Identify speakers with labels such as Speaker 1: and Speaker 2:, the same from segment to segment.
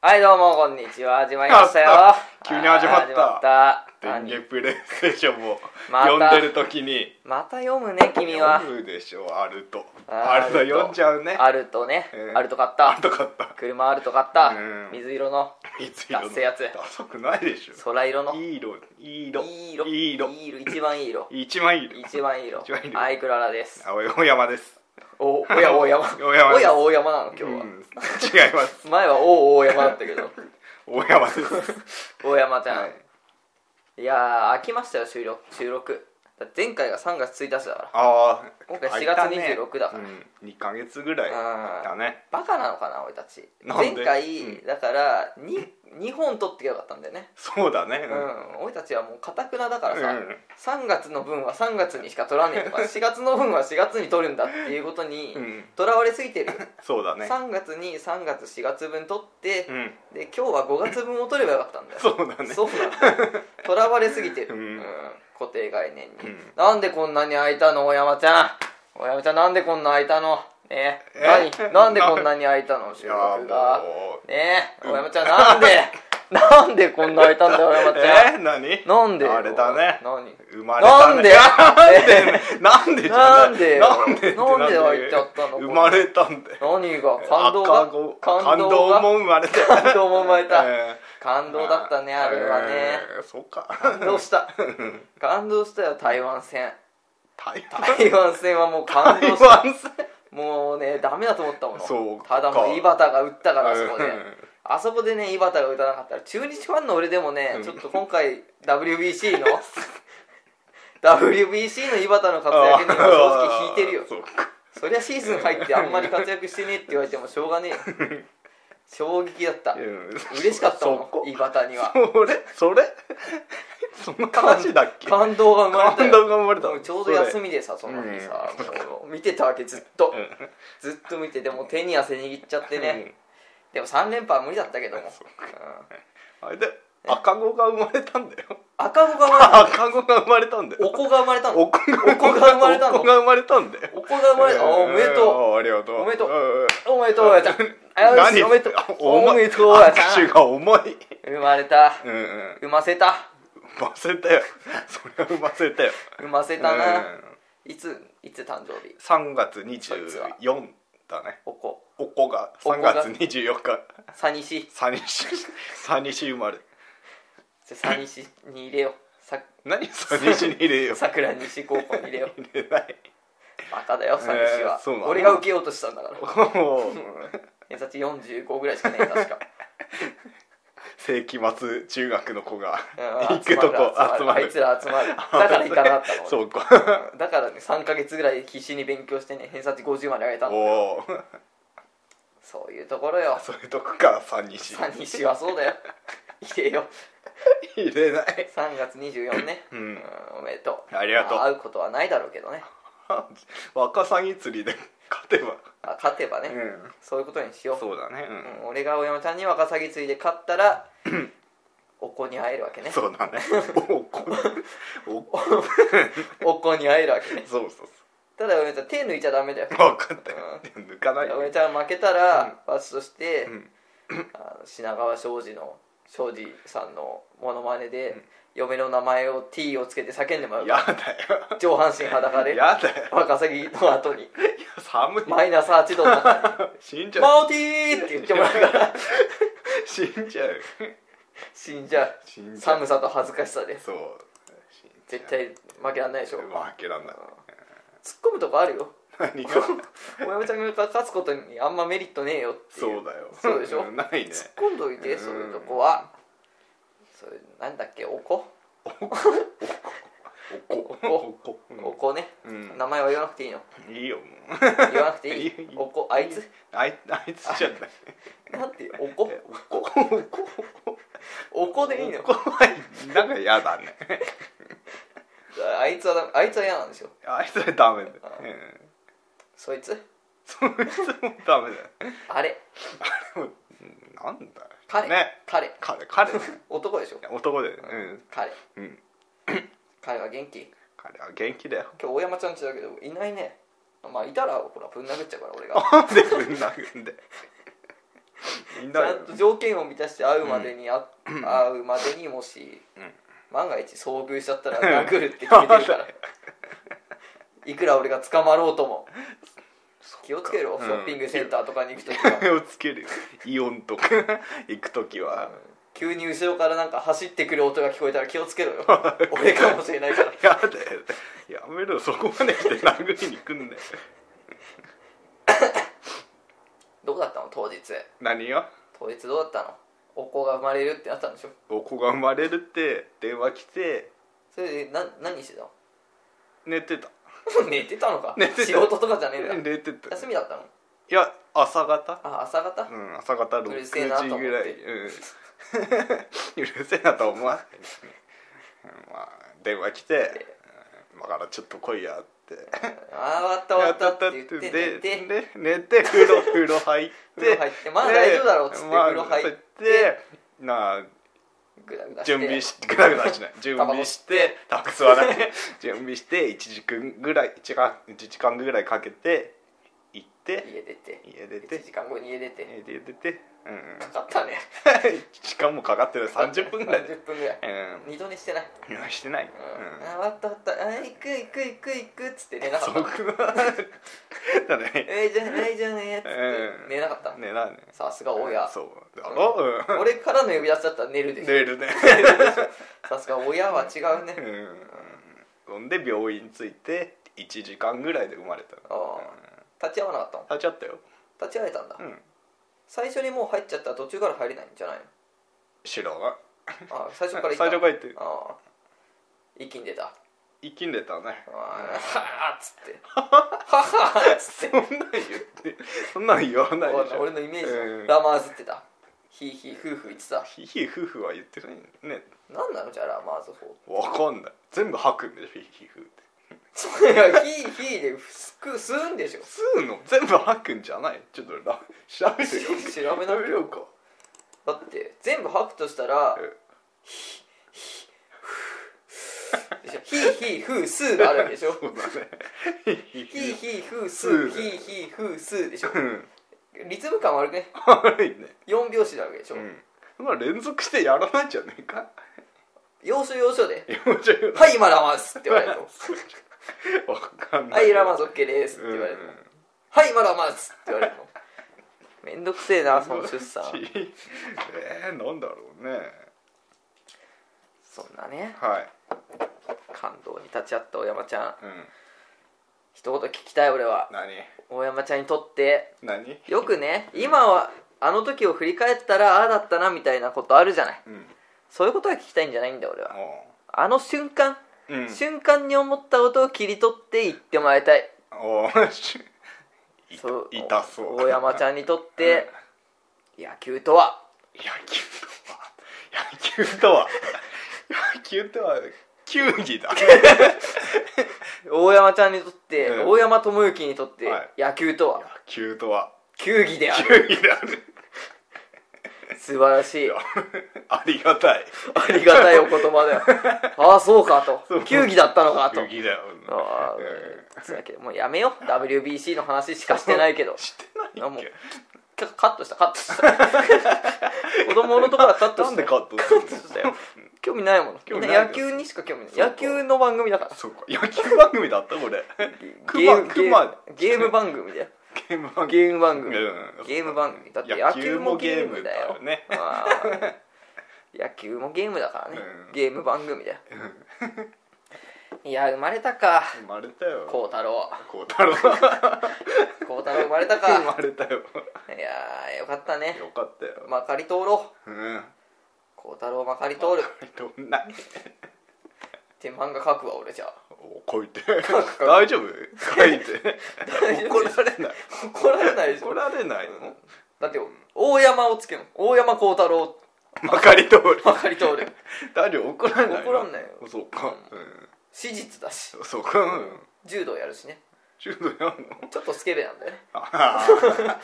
Speaker 1: はい、どうも、こんにちは。始まりましたよ
Speaker 2: あ。急に始ま
Speaker 1: あー
Speaker 2: った
Speaker 1: 始まった。
Speaker 2: 電
Speaker 1: 何
Speaker 2: 源プレイステーションを
Speaker 1: また
Speaker 2: 読んでる時に
Speaker 1: また読むね、君は。
Speaker 2: 読むでしょあると
Speaker 1: あ
Speaker 2: あ
Speaker 1: ると
Speaker 2: ると読んじゃうね
Speaker 1: アルトね
Speaker 2: う。ん
Speaker 1: アルト買っ
Speaker 2: あ
Speaker 1: た
Speaker 2: る。と買った
Speaker 1: 車アルト買った
Speaker 2: うん。
Speaker 1: 水色の、
Speaker 2: いつ色の
Speaker 1: ダセえやつ
Speaker 2: ダサくないでしょ
Speaker 1: 空色の。い
Speaker 2: いい色いい色
Speaker 1: い色。
Speaker 2: いい色
Speaker 1: いい色。一番いい色。
Speaker 2: 一番いい色
Speaker 1: 一番いい色
Speaker 2: 一番いい。色
Speaker 1: はい、クララです。
Speaker 2: 青い大山です
Speaker 1: お、おや、大 山。
Speaker 2: 大山
Speaker 1: お
Speaker 2: です
Speaker 1: や、大山なの、今日
Speaker 2: うん
Speaker 1: は。
Speaker 2: 違います
Speaker 1: 前はお大山だったけ ど。
Speaker 2: 大山です
Speaker 1: 大山ちゃ
Speaker 2: は
Speaker 1: ん
Speaker 2: い。
Speaker 1: いやー、飽きましたよ、収録。収録。だって前回が3月1日だから。
Speaker 2: ああ
Speaker 1: 今回4月26だから
Speaker 2: 2ヶ月ぐらいだね
Speaker 1: バカなのかな俺たち
Speaker 2: なんで
Speaker 1: 前回、
Speaker 2: う
Speaker 1: だからに2本取ってよかったんだよね
Speaker 2: そうだね
Speaker 1: う
Speaker 2: うん
Speaker 1: ん、俺たちはもうかたくなだからさ、
Speaker 2: うん
Speaker 1: 3月の分は3月にしか取らねえ とか4月の分は4月に取るんだっていうことに
Speaker 2: うん
Speaker 1: とらわれすぎてる、
Speaker 2: そう だね
Speaker 1: 3月に3月4月分取って、
Speaker 2: うん
Speaker 1: で今日は5月分を取ればよかったんだよ
Speaker 2: そうだね
Speaker 1: そうなんだよとらわれすぎてる、
Speaker 2: うん
Speaker 1: 固定概念に、
Speaker 2: うん
Speaker 1: なんでこんなに空いたの大山ちゃん大山ちゃんなんでこんな空いたのねえ
Speaker 2: え
Speaker 1: 何なんでこんなに空いたの
Speaker 2: い
Speaker 1: 収
Speaker 2: や
Speaker 1: 録が
Speaker 2: もう
Speaker 1: ねえ大山ちゃんなんでなんでこんな空いたんだよ大山ちゃん
Speaker 2: えー何
Speaker 1: なんでよ
Speaker 2: あれだね
Speaker 1: 何
Speaker 2: 生まれたねなんで
Speaker 1: なん でよ
Speaker 2: なんでじゃない
Speaker 1: なんでよ入っちゃったの
Speaker 2: 生まれたんで
Speaker 1: 何が感動
Speaker 2: 赤子
Speaker 1: が
Speaker 2: 感動も生 まれた
Speaker 1: 感動も生まれた
Speaker 2: え
Speaker 1: 感
Speaker 2: ー
Speaker 1: 動だったねあれはね
Speaker 2: えーそうか
Speaker 1: 感動 した感動したよ台湾戦
Speaker 2: 台
Speaker 1: 台湾戦はもう感動
Speaker 2: 台
Speaker 1: した
Speaker 2: 湾戦
Speaker 1: もうねダメだと思ったもの
Speaker 2: そう
Speaker 1: ただもう井端が打ったからあそこで
Speaker 2: うん
Speaker 1: あそこでね井端が打たなかったら中日ファンの俺でもね、
Speaker 2: うん
Speaker 1: ちょっと今回 WBC の WBC の井端の活躍にも正直引いてるよ
Speaker 2: あーそうか
Speaker 1: そりゃシーズン入ってあんまり活躍してねえって言われてもしょうがねえよ衝撃だった
Speaker 2: うん
Speaker 1: 嬉しかったも
Speaker 2: そこ
Speaker 1: ん井端には
Speaker 2: それ それその話だっけ
Speaker 1: 感動が生まれた
Speaker 2: 感
Speaker 1: よ
Speaker 2: 動が生まれた
Speaker 1: もうちょうど休みでさその日さ、もう見てたわけずっと、ずっと見ててもう手に汗握っちゃって
Speaker 2: で
Speaker 1: ね、でも3連覇は無理だったけども、
Speaker 2: そう
Speaker 1: うん
Speaker 2: あれで赤子が生まれたんだよ
Speaker 1: 赤子が生まれた
Speaker 2: 赤子が生まれたんだ
Speaker 1: お
Speaker 2: よ
Speaker 1: 子が生まれたの
Speaker 2: お
Speaker 1: お
Speaker 2: 子が
Speaker 1: 子が生まれたの
Speaker 2: お子が生まれたんだよ
Speaker 1: 子が生まれたあおめでと
Speaker 2: うありがとう
Speaker 1: おめでとうん
Speaker 2: ん
Speaker 1: うおめでとうおやちゃんあよし
Speaker 2: 何
Speaker 1: おめでとうお
Speaker 2: 重
Speaker 1: め
Speaker 2: い
Speaker 1: でとうやちゃ
Speaker 2: 握
Speaker 1: ん
Speaker 2: 手が重い
Speaker 1: 生まれた
Speaker 2: うんうん
Speaker 1: 産ませた
Speaker 2: 産ませたよそれは産ませたよ
Speaker 1: 産ませたな、いついつ誕生日
Speaker 2: 3月
Speaker 1: そいつは
Speaker 2: 24だね
Speaker 1: お子
Speaker 2: おこが
Speaker 1: おこ
Speaker 2: 3
Speaker 1: が
Speaker 2: 月24日
Speaker 1: サニシ
Speaker 2: サニシサニシ生まれ
Speaker 1: じゃサニシに入れようさ
Speaker 2: 何サニシに入れよう
Speaker 1: 桜西高校に入れよう
Speaker 2: 入れない
Speaker 1: バカだよサニシは
Speaker 2: えー、そうなの
Speaker 1: 俺が受けようとしたんだから
Speaker 2: もう
Speaker 1: 偏差値45ぐらいしかねえ確か
Speaker 2: 世紀末中学の子が
Speaker 1: うん
Speaker 2: 行くとこ集ま
Speaker 1: あい
Speaker 2: る
Speaker 1: つら集まるだから行かなかったの俺
Speaker 2: そうか
Speaker 1: だからね3ヶ月ぐらい必死に勉強してね偏差値50まで上げたの
Speaker 2: おお
Speaker 1: そういうところよ
Speaker 2: そういうとこから三日
Speaker 1: 三西はそうだ よ入れよ
Speaker 2: 入れない
Speaker 1: 3月24ね
Speaker 2: うん
Speaker 1: おめでとう
Speaker 2: ありがとう
Speaker 1: ま会うことはないだろうけどね
Speaker 2: ワカサギ釣りで勝てば
Speaker 1: あ勝てばね、
Speaker 2: うん
Speaker 1: そういうことにしよう
Speaker 2: そうだね
Speaker 1: うん俺が大山ちゃんにワカサギついで勝った らお子に会えるわけ
Speaker 2: うん
Speaker 1: ね
Speaker 2: そうだね おこおこ
Speaker 1: お子に会えるわけね
Speaker 2: そうそう
Speaker 1: ただ大山ちゃん手抜いちゃダ メだよ
Speaker 2: そう分かったよ抜かな
Speaker 1: 大
Speaker 2: いよ
Speaker 1: 山ちゃん負けたら罰として、
Speaker 2: うん
Speaker 1: あの品川庄司の庄司さんのモノマネで、嫁の名前を T をつけて叫んでもらうから
Speaker 2: やだ
Speaker 1: 上半身裸
Speaker 2: よ
Speaker 1: で
Speaker 2: やだよ
Speaker 1: 若さぎの後に
Speaker 2: 寒い
Speaker 1: マイナス8度の 中に
Speaker 2: 死
Speaker 1: 「
Speaker 2: んじゃう
Speaker 1: マオティー!」って言ってもらうから
Speaker 2: 死んじゃう
Speaker 1: 死んじゃう
Speaker 2: 死んじゃう
Speaker 1: 寒さと恥ずかしさで
Speaker 2: そう死んじゃう
Speaker 1: 絶対負けられないでしょ突っ
Speaker 2: 負けら んない
Speaker 1: 込むとこあるよ
Speaker 2: 何が
Speaker 1: 大山ちゃんが勝つことにあんまメリットねえよっていう
Speaker 2: そうだよ
Speaker 1: そうでしょ
Speaker 2: んないね
Speaker 1: 突っ込んどいて
Speaker 2: うん
Speaker 1: そういうとこはそういうなんだっけおこ
Speaker 2: おこおこ
Speaker 1: おこね
Speaker 2: うん
Speaker 1: 名前は言わなく ていいの
Speaker 2: いいよもう
Speaker 1: 言わなくてい
Speaker 2: いいよ
Speaker 1: いおこあいつ
Speaker 2: あいあいつじゃない
Speaker 1: なんておこ
Speaker 2: おこおこ
Speaker 1: おこでいいの
Speaker 2: おこはいなんか嫌だね
Speaker 1: あいつはダメあいつは嫌なんでしょ
Speaker 2: あいつはダメだよ、
Speaker 1: あ
Speaker 2: うん、
Speaker 1: そいつ
Speaker 2: そいつもダメだよ
Speaker 1: あれ
Speaker 2: あれもうんなんだよ
Speaker 1: 彼、
Speaker 2: ね
Speaker 1: 彼
Speaker 2: 彼彼
Speaker 1: 男でしょ
Speaker 2: 男だよね
Speaker 1: 彼
Speaker 2: うん、うん、
Speaker 1: 彼は元気今
Speaker 2: 彼は元気だよ
Speaker 1: 日大山ちゃんちだけどいないねまあいたらほらぶん殴っちゃうから俺が
Speaker 2: なんでぶん殴んでみん
Speaker 1: ち
Speaker 2: な
Speaker 1: ゃんと条件を満たして会うまでに、あ会うまでにもし、
Speaker 2: うん
Speaker 1: 万が一遭遇しちゃったら殴るって決めてる からいくら俺が捕まろうとも気をつけろ、
Speaker 2: うん
Speaker 1: ショッピングセンターとかに行くときは、
Speaker 2: をつける イオンとか行く時は
Speaker 1: 急に後ろからなんか走ってくる音が聞こえたら気をつけ ろよ俺かもしれないから
Speaker 2: やだよやめろそこまで来て殴りに行くんだよ
Speaker 1: どうだったの当日
Speaker 2: 何が
Speaker 1: 当日どうだったのお子が生まれるってなったんでしょ
Speaker 2: お子が生まれるって電話来て
Speaker 1: それでな何してたの
Speaker 2: 寝てた
Speaker 1: 寝てたのか
Speaker 2: 寝てた
Speaker 1: 仕事とかじゃねえんだ
Speaker 2: 寝てたい
Speaker 1: 休みだったの
Speaker 2: や朝方
Speaker 1: あ朝方、
Speaker 2: うん朝方6
Speaker 1: うる
Speaker 2: 時
Speaker 1: せえなと思って
Speaker 2: ぐらいうん うるせえなと思わない、うん、まあ電話来て「うん今からちょっと来いや」って
Speaker 1: あ終わった終わったって言って寝て
Speaker 2: でで寝て 風呂風呂入って
Speaker 1: 風呂入ってまあ大丈夫だろうっつって
Speaker 2: でまあ
Speaker 1: 風呂入って
Speaker 2: なあ
Speaker 1: グダグダして
Speaker 2: 準備しグダグダし ない準備してタバコ吸わない 準備して1時間ぐらい1時間一時間ぐらいかけて行って
Speaker 1: 家出て
Speaker 2: 家出
Speaker 1: 1
Speaker 2: て
Speaker 1: 時間後に家出て
Speaker 2: 家出てうんうん
Speaker 1: かかったね
Speaker 2: 時間もかかってる30分ぐらいで
Speaker 1: 30分ぐらい
Speaker 2: うん
Speaker 1: 二度寝してない、
Speaker 2: してない、
Speaker 1: うんあ終わった終わったあ行く行く行く行くっつって寝
Speaker 2: うん、
Speaker 1: なか
Speaker 2: そ
Speaker 1: っ
Speaker 2: う
Speaker 1: たの
Speaker 2: だね
Speaker 1: えー、じゃねえじゃねえっつって
Speaker 2: うん
Speaker 1: 寝なかったの
Speaker 2: ねなね
Speaker 1: さすが親
Speaker 2: そうだろうん
Speaker 1: 俺からの呼び出しだったら寝るでしょ
Speaker 2: 寝るね
Speaker 1: さすが親は違うね
Speaker 2: うん、ほんで病院着いて1時間ぐらいで生まれた
Speaker 1: あ
Speaker 2: の、
Speaker 1: 立ち会わなかったの
Speaker 2: うん、立ち会ったよ、
Speaker 1: 立ち会えたんだ
Speaker 2: うん、
Speaker 1: 最初にもう入っちゃったら途中から入れないんじゃないの
Speaker 2: 知らない
Speaker 1: あ最初
Speaker 2: 最
Speaker 1: から行
Speaker 2: 初
Speaker 1: った
Speaker 2: から言って
Speaker 1: ああ一気に出たあ
Speaker 2: 生きんでたね
Speaker 1: あはあっつ ってははっつって
Speaker 2: そんなん言ってそんなん言わないでしょ
Speaker 1: 俺のイメージ
Speaker 2: うん
Speaker 1: ラマーズってたヒーヒー夫婦言ってた
Speaker 2: ひひ夫婦は言ってないね
Speaker 1: 何なのじゃあラマーズ法
Speaker 2: わかんない全部吐くんでしょひひ夫婦っ て
Speaker 1: いやヒーヒーですく吸うんでしょ
Speaker 2: 吸うの全部吐くんじゃないちょっとら調べて よ
Speaker 1: 調べな
Speaker 2: 調
Speaker 1: く
Speaker 2: べ
Speaker 1: て
Speaker 2: ようか
Speaker 1: だって全部吐くとしたら
Speaker 2: うん
Speaker 1: でしょヒーヒーフースーがあるわけでしょ
Speaker 2: そうだねひ
Speaker 1: ヒ
Speaker 2: ひ
Speaker 1: ー
Speaker 2: ひ
Speaker 1: ヒーフース
Speaker 2: ス
Speaker 1: ー
Speaker 2: ー
Speaker 1: ヒーヒーフースーでしょ
Speaker 2: うん
Speaker 1: リズム感悪くね
Speaker 2: 悪いね
Speaker 1: 4拍子なわけでしょ、
Speaker 2: うんそんな連続してやらないんじゃねえか
Speaker 1: 要所要所で
Speaker 2: いやもうちょ
Speaker 1: 「
Speaker 2: い
Speaker 1: はい今ラマーズ」って言われるの
Speaker 2: わかん
Speaker 1: 「
Speaker 2: な。
Speaker 1: はいいラマーズ OK です」って言われるの「はい今ラマーズ」って言われるのめんどくせえ なその出産
Speaker 2: うん。えー、なんだろうね。
Speaker 1: そんなね
Speaker 2: はい。
Speaker 1: 感動に立ち会った大山ちゃん
Speaker 2: うん。
Speaker 1: 一言聞きたい俺は
Speaker 2: 何
Speaker 1: 大山ちゃんにとって
Speaker 2: 何
Speaker 1: よくね今はあの時を振り返ったらああだったなみたいなことあるじゃない
Speaker 2: うん。
Speaker 1: そういうことが聞きたいんじゃないんだよ俺は
Speaker 2: お
Speaker 1: あの瞬間、
Speaker 2: ううん。
Speaker 1: 瞬間に思ったことを切り取って言ってもらいたい
Speaker 2: おうしいた
Speaker 1: そう
Speaker 2: 痛そう。
Speaker 1: 大山ち
Speaker 2: ん。
Speaker 1: ゃんにと って、野球とは
Speaker 2: 野球とは。野球とは。野球とは。球技だ。
Speaker 1: 大山ちゃんにとって、
Speaker 2: うん
Speaker 1: 大山智之にとって、
Speaker 2: はい
Speaker 1: 野球とは
Speaker 2: 野球とは。
Speaker 1: 球技である
Speaker 2: 球技だ。
Speaker 1: 素晴らしい
Speaker 2: ありがたい。
Speaker 1: ありが たいお言葉だよああそうか
Speaker 2: そ
Speaker 1: と
Speaker 2: う
Speaker 1: 球技だったのかと
Speaker 2: 球技だよ。
Speaker 1: ああ
Speaker 2: うん
Speaker 1: つうわけでもうやめよう WBC の話しかしてないけど
Speaker 2: してない
Speaker 1: あ
Speaker 2: っ
Speaker 1: もう
Speaker 2: け。
Speaker 1: カカットしたカットした 子供のところはカット
Speaker 2: な
Speaker 1: し
Speaker 2: ん
Speaker 1: た
Speaker 2: で
Speaker 1: よ
Speaker 2: カットするの
Speaker 1: カットしたよ興味ないもの
Speaker 2: 興味ないよ
Speaker 1: 野球にしか興味ない
Speaker 2: そうか
Speaker 1: 野球の番組だから
Speaker 2: そうか野球番組だったこれ
Speaker 1: ゲーム
Speaker 2: ク
Speaker 1: ゲ
Speaker 2: マ
Speaker 1: ームゲーム番組だよ
Speaker 2: ゲーム番組
Speaker 1: ゲーム番組
Speaker 2: うん
Speaker 1: ゲーム番組だって
Speaker 2: 野
Speaker 1: 野
Speaker 2: 球
Speaker 1: 球
Speaker 2: も
Speaker 1: も
Speaker 2: ゲ
Speaker 1: ゲ
Speaker 2: ー
Speaker 1: ー
Speaker 2: ム
Speaker 1: ム
Speaker 2: だ
Speaker 1: だ
Speaker 2: よ
Speaker 1: よ
Speaker 2: ね
Speaker 1: あー野球もゲームだからね、
Speaker 2: うん
Speaker 1: ゲーム番組だよ、いや生まれたか
Speaker 2: 生まれたよ
Speaker 1: 孝太郎
Speaker 2: こうた ろう
Speaker 1: 孝太郎生まれたか
Speaker 2: 生まれたよ
Speaker 1: いやーよかったね
Speaker 2: よかったよ
Speaker 1: まかり通ろう
Speaker 2: うん
Speaker 1: 孝太郎まかり通る
Speaker 2: どんな
Speaker 1: って漫画書くわ俺じゃあ
Speaker 2: お書いて大丈夫 書いて
Speaker 1: 大丈夫
Speaker 2: 怒られ ない
Speaker 1: 怒られないでし
Speaker 2: 怒
Speaker 1: ょ
Speaker 2: られないの、
Speaker 1: だって大山をつけん大山孝太郎
Speaker 2: まかり通り
Speaker 1: まかり通る
Speaker 2: 大丈夫怒られないの
Speaker 1: 怒らんないよ
Speaker 2: そうか
Speaker 1: 史実だし
Speaker 2: うんそうかうん
Speaker 1: 柔道やるしね
Speaker 2: 柔道やんの
Speaker 1: ちょっとスケベなんだよね
Speaker 2: あー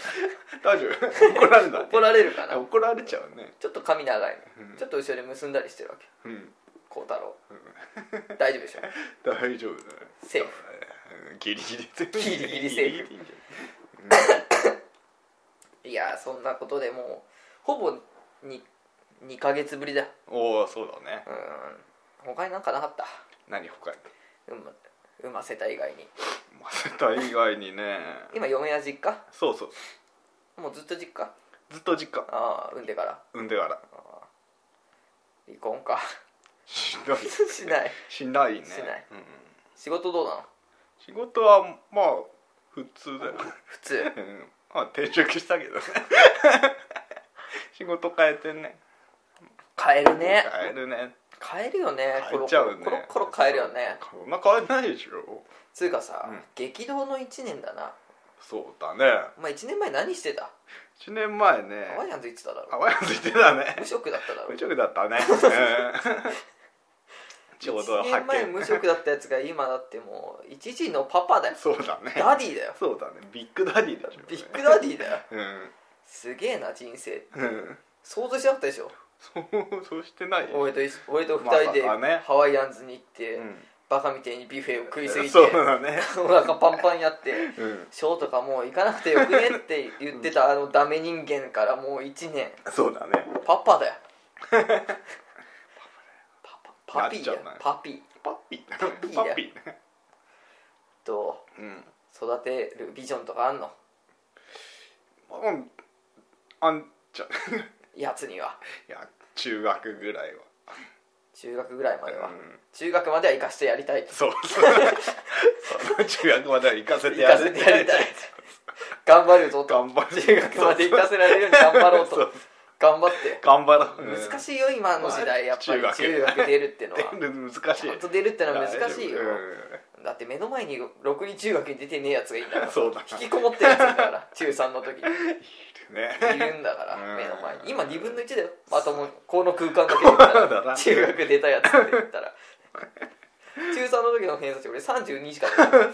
Speaker 2: 大丈夫怒られない
Speaker 1: 怒られるかな
Speaker 2: 怒られちゃうね
Speaker 1: ちょっと髪長いの、
Speaker 2: うん
Speaker 1: ちょっと後ろで結んだりしてるわけ
Speaker 2: うん
Speaker 1: 孝太郎、大丈夫でしょ
Speaker 2: 大丈夫だよ
Speaker 1: セーフ
Speaker 2: うんギリギリセーフ
Speaker 1: ギリギリセーフ
Speaker 2: ギリギリ
Speaker 1: いやーそんなことでもうほぼに2ヶ月ぶりだ
Speaker 2: おおそうだね
Speaker 1: うん他になんかなかった
Speaker 2: 何他に
Speaker 1: 産ま産ませた以外に
Speaker 2: マセタ以外にね
Speaker 1: 今嫁は実家
Speaker 2: そうそう
Speaker 1: もうずっと実家
Speaker 2: ずっと実家
Speaker 1: ああ産んでから
Speaker 2: 産んで から
Speaker 1: 離婚か
Speaker 2: しんどい
Speaker 1: しない
Speaker 2: しないね
Speaker 1: しない
Speaker 2: うんうん、
Speaker 1: 仕事どうなの
Speaker 2: 仕事はまあ普通だよ、
Speaker 1: 普通
Speaker 2: うん、まあ転職したけどね 仕事変えてね
Speaker 1: 変えるね
Speaker 2: 変えるね
Speaker 1: 変えるよね
Speaker 2: 変えちゃうね
Speaker 1: コロコロコロ変えるよね
Speaker 2: そんな変えないでしょ
Speaker 1: つうかさ、
Speaker 2: うん
Speaker 1: 激動の1年だな
Speaker 2: そうだね
Speaker 1: お前1年前何してた
Speaker 2: 1年前ね
Speaker 1: ハワイアンズ行ってただろ
Speaker 2: 淡いこと言ってたね
Speaker 1: 無職だっただろ
Speaker 2: 無職だったねうんちょうど
Speaker 1: 1年前無職だったやつが今だってもう一時のパパだよ
Speaker 2: そうだね
Speaker 1: ダディだよ
Speaker 2: そうだねビッグダディでしょうね
Speaker 1: ビッグダディだよ
Speaker 2: うん
Speaker 1: すげえな人生
Speaker 2: うん
Speaker 1: 想像しなかったでしょ
Speaker 2: そうそうしてないよ
Speaker 1: 俺と一緒俺と
Speaker 2: まさ
Speaker 1: 2
Speaker 2: か
Speaker 1: 人で
Speaker 2: ね
Speaker 1: ハワイアンズに行って、
Speaker 2: うん
Speaker 1: バカみてえにビュッフェを食いすぎて
Speaker 2: そうだね
Speaker 1: お腹パンパンになって
Speaker 2: うん
Speaker 1: ショーとかもう行かなくてよくねって言ってたあのダメ人間からもう1年
Speaker 2: そうだね
Speaker 1: パパだよパパパピーだよ
Speaker 2: なっちゃうな
Speaker 1: パピー
Speaker 2: パッピー
Speaker 1: パッピー
Speaker 2: パ
Speaker 1: だよ
Speaker 2: ッピーね
Speaker 1: と
Speaker 2: うん
Speaker 1: 育てるビジョンとかあんの
Speaker 2: うんあんちゃ ん
Speaker 1: やつにはい
Speaker 2: や中学ぐらいは
Speaker 1: 中学ぐらいまでは、
Speaker 2: うん
Speaker 1: 中学までは行かせてやりたいと
Speaker 2: そうそうその 中学までは行かせて
Speaker 1: 行
Speaker 2: や
Speaker 1: か
Speaker 2: る
Speaker 1: せてやりたい頑張るぞと
Speaker 2: 頑張る
Speaker 1: 中学まで行かせられるように頑張ろう
Speaker 2: そ
Speaker 1: と
Speaker 2: う
Speaker 1: 頑張って
Speaker 2: 頑張ろううん
Speaker 1: 難しいよ今の時代やっぱり
Speaker 2: まあ
Speaker 1: 中
Speaker 2: 中学
Speaker 1: 学出るってのは
Speaker 2: 難しい
Speaker 1: ちゃんと出るってのは難しいよ
Speaker 2: 大丈
Speaker 1: だって目の前にろくに中学に出てねえやつがいいんだから
Speaker 2: そうだな
Speaker 1: 引きこもってるやついるんだから中3の時に
Speaker 2: 夫うんね
Speaker 1: いるんだから
Speaker 2: うん
Speaker 1: 目の前に今2分の1だよまともこの空間だけで言った
Speaker 2: そうだ
Speaker 1: ら
Speaker 2: な
Speaker 1: 中学出たやつって言 ったら中3の時の偏差値俺32しかない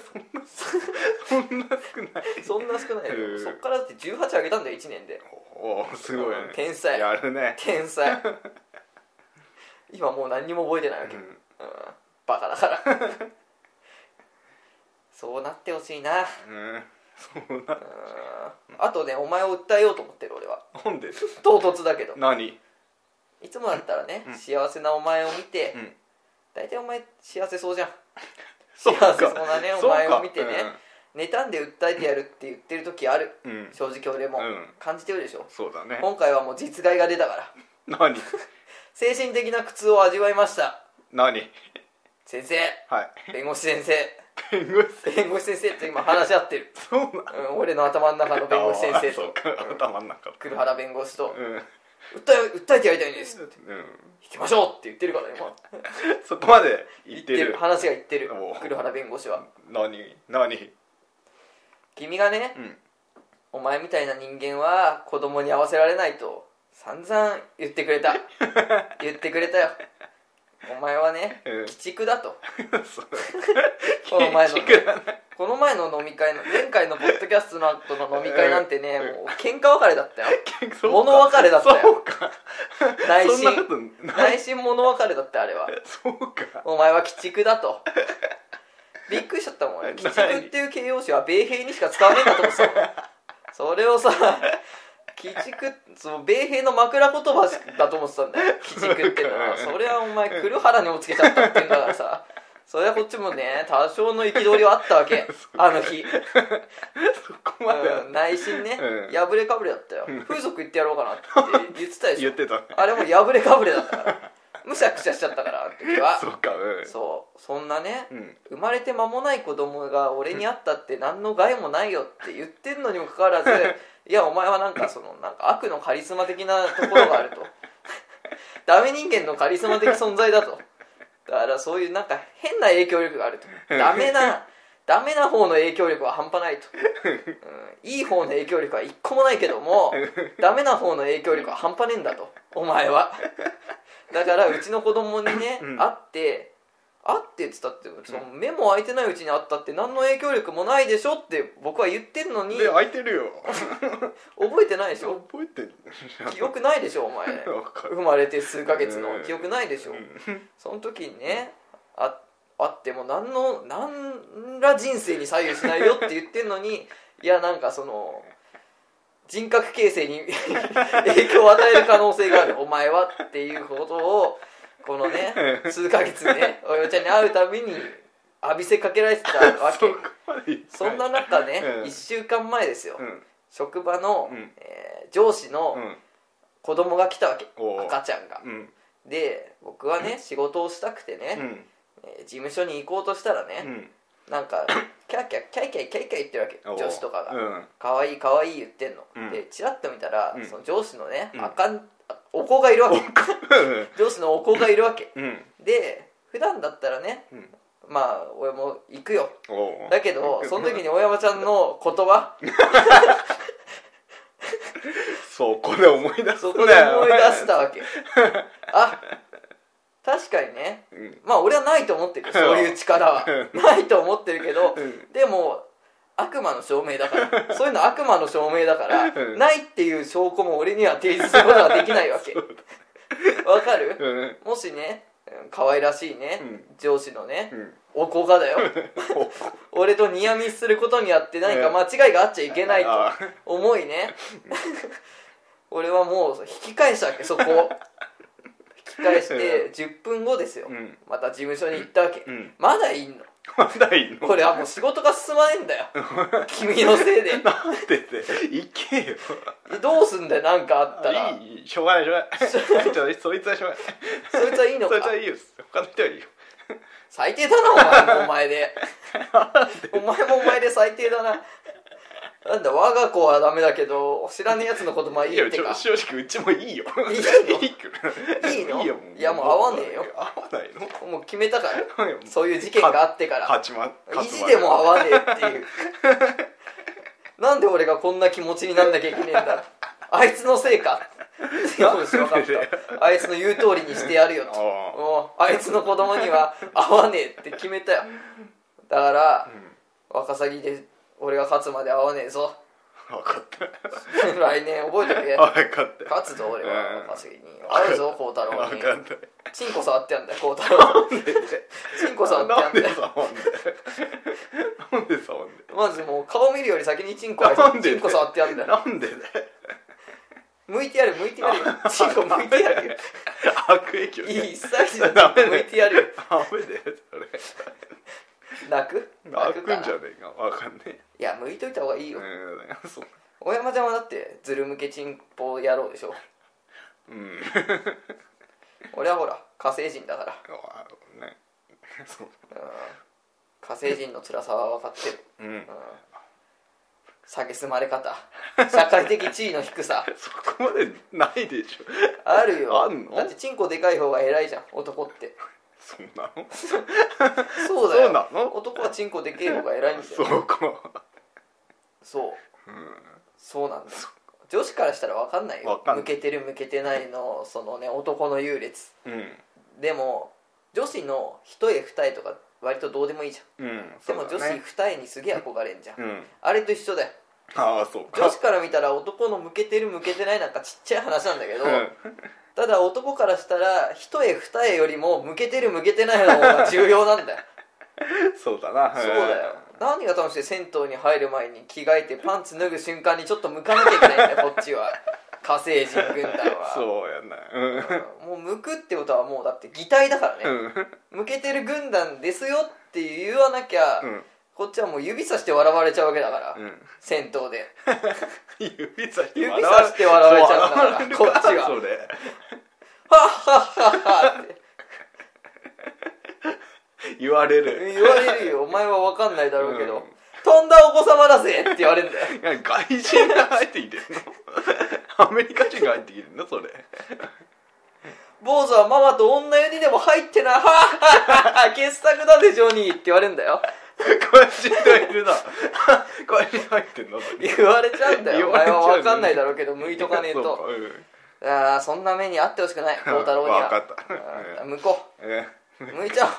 Speaker 2: そんな少ない
Speaker 1: そんな少ないよ
Speaker 2: うん
Speaker 1: そっからだって18上げたんだよ1年で
Speaker 2: おおすごいね
Speaker 1: 天才
Speaker 2: やるね
Speaker 1: 天才今もう何にも覚えてないわけ、
Speaker 2: う
Speaker 1: うん
Speaker 2: ん
Speaker 1: バカだからそうなってほしいなうん
Speaker 2: うんそうな
Speaker 1: あとねお前を訴えようと思ってる俺は
Speaker 2: なんで
Speaker 1: 唐突だけど
Speaker 2: 何
Speaker 1: いつもだったらね、
Speaker 2: うん
Speaker 1: 幸せなお前を見て、
Speaker 2: うん
Speaker 1: 大体お前幸せそうじゃん
Speaker 2: そ
Speaker 1: 幸
Speaker 2: うか
Speaker 1: せそうなねお前を見てね
Speaker 2: そうか、
Speaker 1: 妬んで訴えてやるって言ってる時ある
Speaker 2: うんうん
Speaker 1: 正直俺も、
Speaker 2: うん
Speaker 1: 感じてるでしょ
Speaker 2: そうだね
Speaker 1: 今回はもう実害が出たから
Speaker 2: 何
Speaker 1: 精神的な苦痛を味わいました
Speaker 2: 何
Speaker 1: 先生
Speaker 2: はい
Speaker 1: 弁護士先生
Speaker 2: 弁護士
Speaker 1: 弁護士先生と今話し合ってる、
Speaker 2: そうなの
Speaker 1: うん、俺の頭の中の弁護士先生
Speaker 2: あそう
Speaker 1: と
Speaker 2: か頭の中
Speaker 1: 黒原弁護士と
Speaker 2: うん
Speaker 1: 「訴え訴えてやりたいんです」って
Speaker 2: うん
Speaker 1: 「行きましょう」って言ってるから今
Speaker 2: そこまで言って
Speaker 1: 言って
Speaker 2: る
Speaker 1: る話が言ってる
Speaker 2: おう
Speaker 1: 黒原弁護士は
Speaker 2: 何何
Speaker 1: 君がね
Speaker 2: うん
Speaker 1: お前みたいな人間は子供に合わせられないと散々言ってくれ た言ってくれたよお前はね
Speaker 2: うん
Speaker 1: 鬼畜だと
Speaker 2: そう
Speaker 1: この前の
Speaker 2: 聞くな
Speaker 1: この前の飲み会の前回のポッドキャストの後の飲み会なんてね
Speaker 2: うん
Speaker 1: もう喧嘩別れだったよ
Speaker 2: そうか
Speaker 1: 物別れだったよ
Speaker 2: そうか
Speaker 1: 内心
Speaker 2: そんなことない
Speaker 1: 内心物別れだってあれは
Speaker 2: そうか
Speaker 1: お前は鬼畜だ とびっくりしちゃったもん俺鬼
Speaker 2: 何
Speaker 1: 畜っていう形容詞は米兵にしか使わねえんだと思ってたもん それをさ鬼畜その米兵の枕言葉だと思ってたんだよ鬼畜ってのはそれはお前黒原にもつけちゃったっていうんだからさそれはこっちもね多少の憤りはあったわ けあの日、
Speaker 2: そこまでは
Speaker 1: うん内心ね、
Speaker 2: うん
Speaker 1: 破れかぶれだったよ風俗行ってやろうかなって言ってたでし
Speaker 2: 言
Speaker 1: ょ
Speaker 2: ってたね
Speaker 1: あれも破れかぶれだったからむしゃくしゃしちゃったからあの時は
Speaker 2: そうかうん
Speaker 1: そうそんなね、
Speaker 2: うん
Speaker 1: 生まれて間もない子供が俺に会ったって何の害もないよって言ってんのにもかかわら ずいやお前はなんかそのなんか悪のカリスマ的なところがあると ダメ人間のカリスマ的存在だとだからそういうなんか変な影響力があるとダメなダメな方の影響力は半端ないと、うん、いい方の影響力は一個もないけどもダメな方の影響力は半端ねえんだとお前はだからうちの子供にね、
Speaker 2: うん
Speaker 1: 会って会ってっつったってその目も開いてないうちに会ったって何の影響力もないでしょって僕は言ってんのに
Speaker 2: で開いてるよ
Speaker 1: 覚えてないでしょ
Speaker 2: 覚えてる
Speaker 1: 記憶ないでしょお 前
Speaker 2: わかる
Speaker 1: 生まれて数ヶ月の
Speaker 2: うん
Speaker 1: 記憶ないでしょ
Speaker 2: うん
Speaker 1: その時にねああっても何の 何ら人生に左右しないよって言ってんのにいやなんかその人格形成に 影響を与える可能性があるお前はっていうことをこのね 数ヶ月ねおよちゃんに会うたびに浴びせかけられてたわ
Speaker 2: そ
Speaker 1: け
Speaker 2: こまで言ってい
Speaker 1: そんな中ね、
Speaker 2: うん
Speaker 1: 1週間前ですよ、
Speaker 2: うん
Speaker 1: 職場の、
Speaker 2: うん
Speaker 1: えー上司の
Speaker 2: うん
Speaker 1: 子供が来たわけ、
Speaker 2: おー
Speaker 1: 赤ちゃんが
Speaker 2: うん
Speaker 1: で僕はね仕事をしたくて
Speaker 2: う
Speaker 1: ね、
Speaker 2: ん
Speaker 1: えー事務所に行こうとしたら
Speaker 2: う
Speaker 1: ね、
Speaker 2: ん
Speaker 1: なん かキャーキャーキャイキャイキャイキャイ言ってる
Speaker 2: お
Speaker 1: わ
Speaker 2: ー
Speaker 1: け女子とかが、
Speaker 2: うん
Speaker 1: 可愛い可愛い言ってんの、
Speaker 2: うん
Speaker 1: でチラッと見たら、
Speaker 2: うん
Speaker 1: その上司のね、
Speaker 2: うん
Speaker 1: あかんあお子がいるわけ
Speaker 2: うん
Speaker 1: 上司のお子がいるわけ
Speaker 2: うん
Speaker 1: で普段だったらね
Speaker 2: うん
Speaker 1: まあ俺も行くよ
Speaker 2: おー
Speaker 1: だけ どその時に大山ちゃんの言葉
Speaker 2: そこで思い出すね
Speaker 1: そこで思い出したわけあ確かにね
Speaker 2: うん
Speaker 1: まあ俺はないと思ってるよそういう力は
Speaker 2: う
Speaker 1: ないと思ってるけど
Speaker 2: うん
Speaker 1: でも悪魔の証明だ からそういうの悪魔の証明だから、
Speaker 2: うん
Speaker 1: ないっていう証拠も俺には提示することはできないわけわかる、
Speaker 2: うん
Speaker 1: もしねうん可愛らしいね、
Speaker 2: うん
Speaker 1: 上司のね
Speaker 2: う、ん
Speaker 1: おこがだよ
Speaker 2: お
Speaker 1: 俺とニヤミスすることにあって何か間違いがあっちゃいけないと
Speaker 2: あー
Speaker 1: 思いね俺はもう引き返したわけそこを引き返して10分後ですよ、
Speaker 2: うん
Speaker 1: また事務所に行ったわけ、
Speaker 2: うん
Speaker 1: まだいんの
Speaker 2: まだいいの
Speaker 1: これはもう仕事が進まねえんだ よ君のせいで
Speaker 2: なんでって行けよ
Speaker 1: どうすんだよなんかあったら
Speaker 2: いいいいしょうがないしょう がないちょっとそいつはしょうがない
Speaker 1: そいつはいいの
Speaker 2: そ
Speaker 1: か
Speaker 2: いつはいいよ他の人はいいよ
Speaker 1: 最低だなお前もお前でお前もお前で最低だななんだ我が子はダメだけど知らねえやつの言葉はい
Speaker 2: い
Speaker 1: い
Speaker 2: よ
Speaker 1: ってか
Speaker 2: 正直うちもいいよ
Speaker 1: いいの
Speaker 2: い
Speaker 1: いいの
Speaker 2: いよもう
Speaker 1: いやもう合わねえよ
Speaker 2: 合わないの
Speaker 1: もう決めたから
Speaker 2: 合わないよ
Speaker 1: そういう事件があってから
Speaker 2: 勝ちま
Speaker 1: 意地でも合わねえっていうなんで俺がこんな気持ちになんなきゃいけねえんだあいつのせいか
Speaker 2: なん
Speaker 1: よ
Speaker 2: で
Speaker 1: し分かったあいつの言う通りにしてやるよと
Speaker 2: あー
Speaker 1: もうあいつの子供には会わねえって決めたよだから、ワカサギで俺が勝つまで会わねえ ぞ
Speaker 2: 分かった
Speaker 1: 来年覚えとけ
Speaker 2: 分かった
Speaker 1: 勝つぞ俺
Speaker 2: う
Speaker 1: は
Speaker 2: ん
Speaker 1: ワカサギに会う ぞ孝太郎
Speaker 2: 分
Speaker 1: に
Speaker 2: かった
Speaker 1: チンコ触ってやんだよ孝太郎チンコ触ってや
Speaker 2: なんん
Speaker 1: だ
Speaker 2: で
Speaker 1: よ
Speaker 2: 触んだよなんで触んだよ
Speaker 1: まずもう顔見るより先にチンコ入
Speaker 2: なん
Speaker 1: れて
Speaker 2: で
Speaker 1: チンコ触ってやんだよ
Speaker 2: なんでだよ
Speaker 1: 向いてやる向いてやるよチンコ向いてやるよ
Speaker 2: 悪影響
Speaker 1: いい一切じゃ
Speaker 2: ダメだよ
Speaker 1: 向いてやるよ
Speaker 2: ダメだよそ
Speaker 1: 泣く
Speaker 2: れ泣く
Speaker 1: か
Speaker 2: んじゃねえか分かんねえ
Speaker 1: いや向いといた方がいいよ
Speaker 2: うんそう
Speaker 1: 小山ちゃんはだってズル向けチンポ野郎でしょ
Speaker 2: うん
Speaker 1: 俺はほら火星人だから
Speaker 2: あねそう
Speaker 1: うん火星人の辛さは分かってる
Speaker 2: うん
Speaker 1: うん蔑まれ方社会的地位の低さ
Speaker 2: そこまでないでしょ
Speaker 1: あるよ
Speaker 2: あんの
Speaker 1: だってチンコでかい方が偉いじゃん男って
Speaker 2: そうなの
Speaker 1: そうだよ
Speaker 2: そうなの
Speaker 1: 男はチンコでけえ方が偉いんだよ
Speaker 2: そうか
Speaker 1: そう
Speaker 2: うん
Speaker 1: そうなんだよ女子からしたら分かんないよ
Speaker 2: わかんな
Speaker 1: 向
Speaker 2: い
Speaker 1: けてる向けてないのそのね男の優劣
Speaker 2: うん
Speaker 1: でも女子の一重二重とか割とどうでもいいじゃん
Speaker 2: うん
Speaker 1: でも女子二重にすげえ憧れんじゃん、
Speaker 2: うん
Speaker 1: あれと一緒だよ
Speaker 2: ああそうか
Speaker 1: 女子から見たら男の向けてる向けてないなんかちっちゃい話なんだけど、
Speaker 2: うん
Speaker 1: ただ男からしたら一重二重よりも向けてる向けてないの方が重要なんだよ
Speaker 2: そうだな
Speaker 1: そうだよ何が楽しい銭湯に入る前に着替えてパンツ脱ぐ瞬間にちょっと向かなきゃいけないんだよこっちは火星人軍団は
Speaker 2: そうやなう
Speaker 1: う
Speaker 2: ん
Speaker 1: んもう向くってことはもうだって擬態だからね、
Speaker 2: うん
Speaker 1: 向けてる軍団ですよって言わなきゃ、
Speaker 2: うん
Speaker 1: こっちはもう指さして笑われちゃうわけだから、
Speaker 2: うん
Speaker 1: 戦闘で
Speaker 2: 指さして
Speaker 1: 指
Speaker 2: 笑わ
Speaker 1: さして笑われちゃうから
Speaker 2: そう笑われる
Speaker 1: こっちは
Speaker 2: そうで
Speaker 1: 「はっはっはっは」って
Speaker 2: 言われる
Speaker 1: 言われるよお前は分かんないだろうけど、
Speaker 2: うん
Speaker 1: 飛んだお子様だぜって言われるんだよ
Speaker 2: いや外人が入って きてんのアメリカ人が入ってきてんのそれ
Speaker 1: 坊主はママと女湯にでも入ってなはっはっはっは傑作だぜジョニーって言われるんだよ
Speaker 2: 外人がい るな外人入ってんのそれ
Speaker 1: 言われちゃうんだよお
Speaker 2: 言われ
Speaker 1: 前
Speaker 2: ちゃう
Speaker 1: は
Speaker 2: ね
Speaker 1: 分かんないだろうけど向いとかねえ
Speaker 2: そう
Speaker 1: と
Speaker 2: かうん
Speaker 1: あーそんな目にあってほしく ない孝太郎には
Speaker 2: わかった
Speaker 1: あー向こ
Speaker 2: え
Speaker 1: う向いちゃおう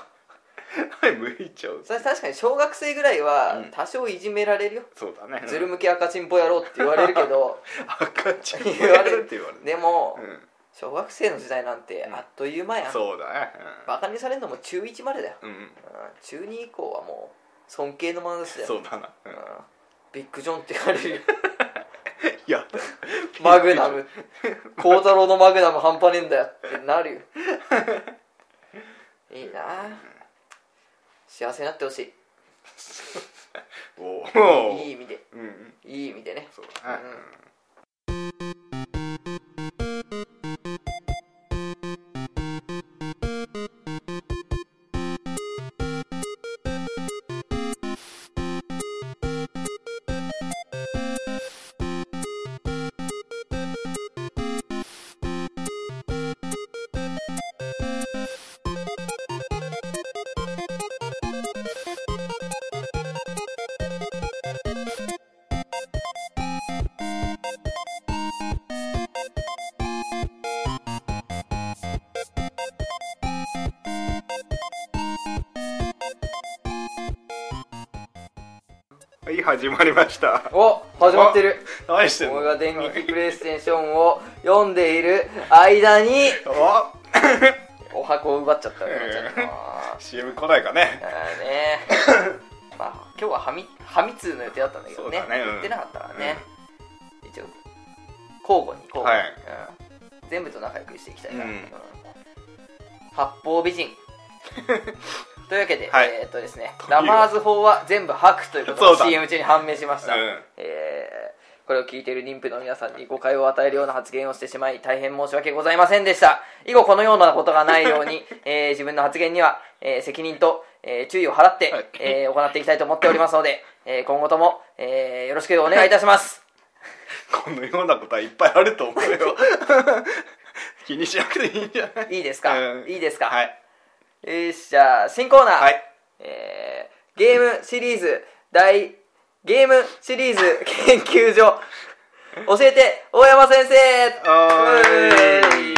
Speaker 2: はい向いちゃう
Speaker 1: それ確かに小学生ぐらいは
Speaker 2: うん
Speaker 1: 多少いじめられるよ、
Speaker 2: そうだね
Speaker 1: ズル向け赤チンポ野郎って言われるけど
Speaker 2: 赤ちゃんも
Speaker 1: 言わ
Speaker 2: や
Speaker 1: れ
Speaker 2: る
Speaker 1: る
Speaker 2: って言われる
Speaker 1: でも、
Speaker 2: うん
Speaker 1: 小学生の時代なんてあっという間やん、
Speaker 2: そうだね
Speaker 1: バカにされるのも中1までだよ、
Speaker 2: うんうん
Speaker 1: うん中2以降はもう尊敬の眼差しだよ
Speaker 2: そうだなうん
Speaker 1: うんビッグジョンって言われるよ
Speaker 2: いや
Speaker 1: マグナム孝太郎のマグナム半端ねえんだよってなるよ いいなあ幸せになってほし
Speaker 2: お
Speaker 1: い
Speaker 2: お
Speaker 1: いい意味で
Speaker 2: うんうん
Speaker 1: いい意味でね
Speaker 2: そうだね、
Speaker 1: うん
Speaker 2: はい始まりました
Speaker 1: お始まってる
Speaker 2: 何してんの
Speaker 1: 俺が電撃プレイステーションを読んでいる間に
Speaker 2: お
Speaker 1: お箱を奪っちゃったね
Speaker 2: ええ
Speaker 1: ちょっとあ
Speaker 2: CM 来ないかね
Speaker 1: ーね まあ今日ははみはみ通の予定だったんだけどね
Speaker 2: そうだねうん
Speaker 1: 言ってなかったからね、一応交互に交互に、
Speaker 2: はい
Speaker 1: うん全部と仲良くしていきたいから、
Speaker 2: うん
Speaker 1: うん八方美 人というわけで、
Speaker 2: はい
Speaker 1: えーっとですね
Speaker 2: という
Speaker 1: ラマーズ法は全部吐くというこ
Speaker 2: そ
Speaker 1: と
Speaker 2: う
Speaker 1: が
Speaker 2: だ
Speaker 1: CM 中に判明しました、
Speaker 2: うん
Speaker 1: えーこれを聞いている妊婦の皆さんに誤解を与えるような発言をしてしまい大変申し訳ございませんでした以後このようなことがないよう に、えー自分の発言には、えー責任と、えー注意を払って、
Speaker 2: はい
Speaker 1: えー行っていきたいと思っておりますので、えー今後とも、えーよろしくお願いいたします
Speaker 2: このようなことはいっぱいあると思う よ気にしなくていいんじゃない
Speaker 1: いいですか、
Speaker 2: うん
Speaker 1: いいですか、
Speaker 2: はい
Speaker 1: よしじゃあ新コーナー、
Speaker 2: はい
Speaker 1: えーゲームシリーズ大ゲームシリーズ 研究所教えて大山先生
Speaker 2: お
Speaker 1: う
Speaker 2: ーい
Speaker 1: い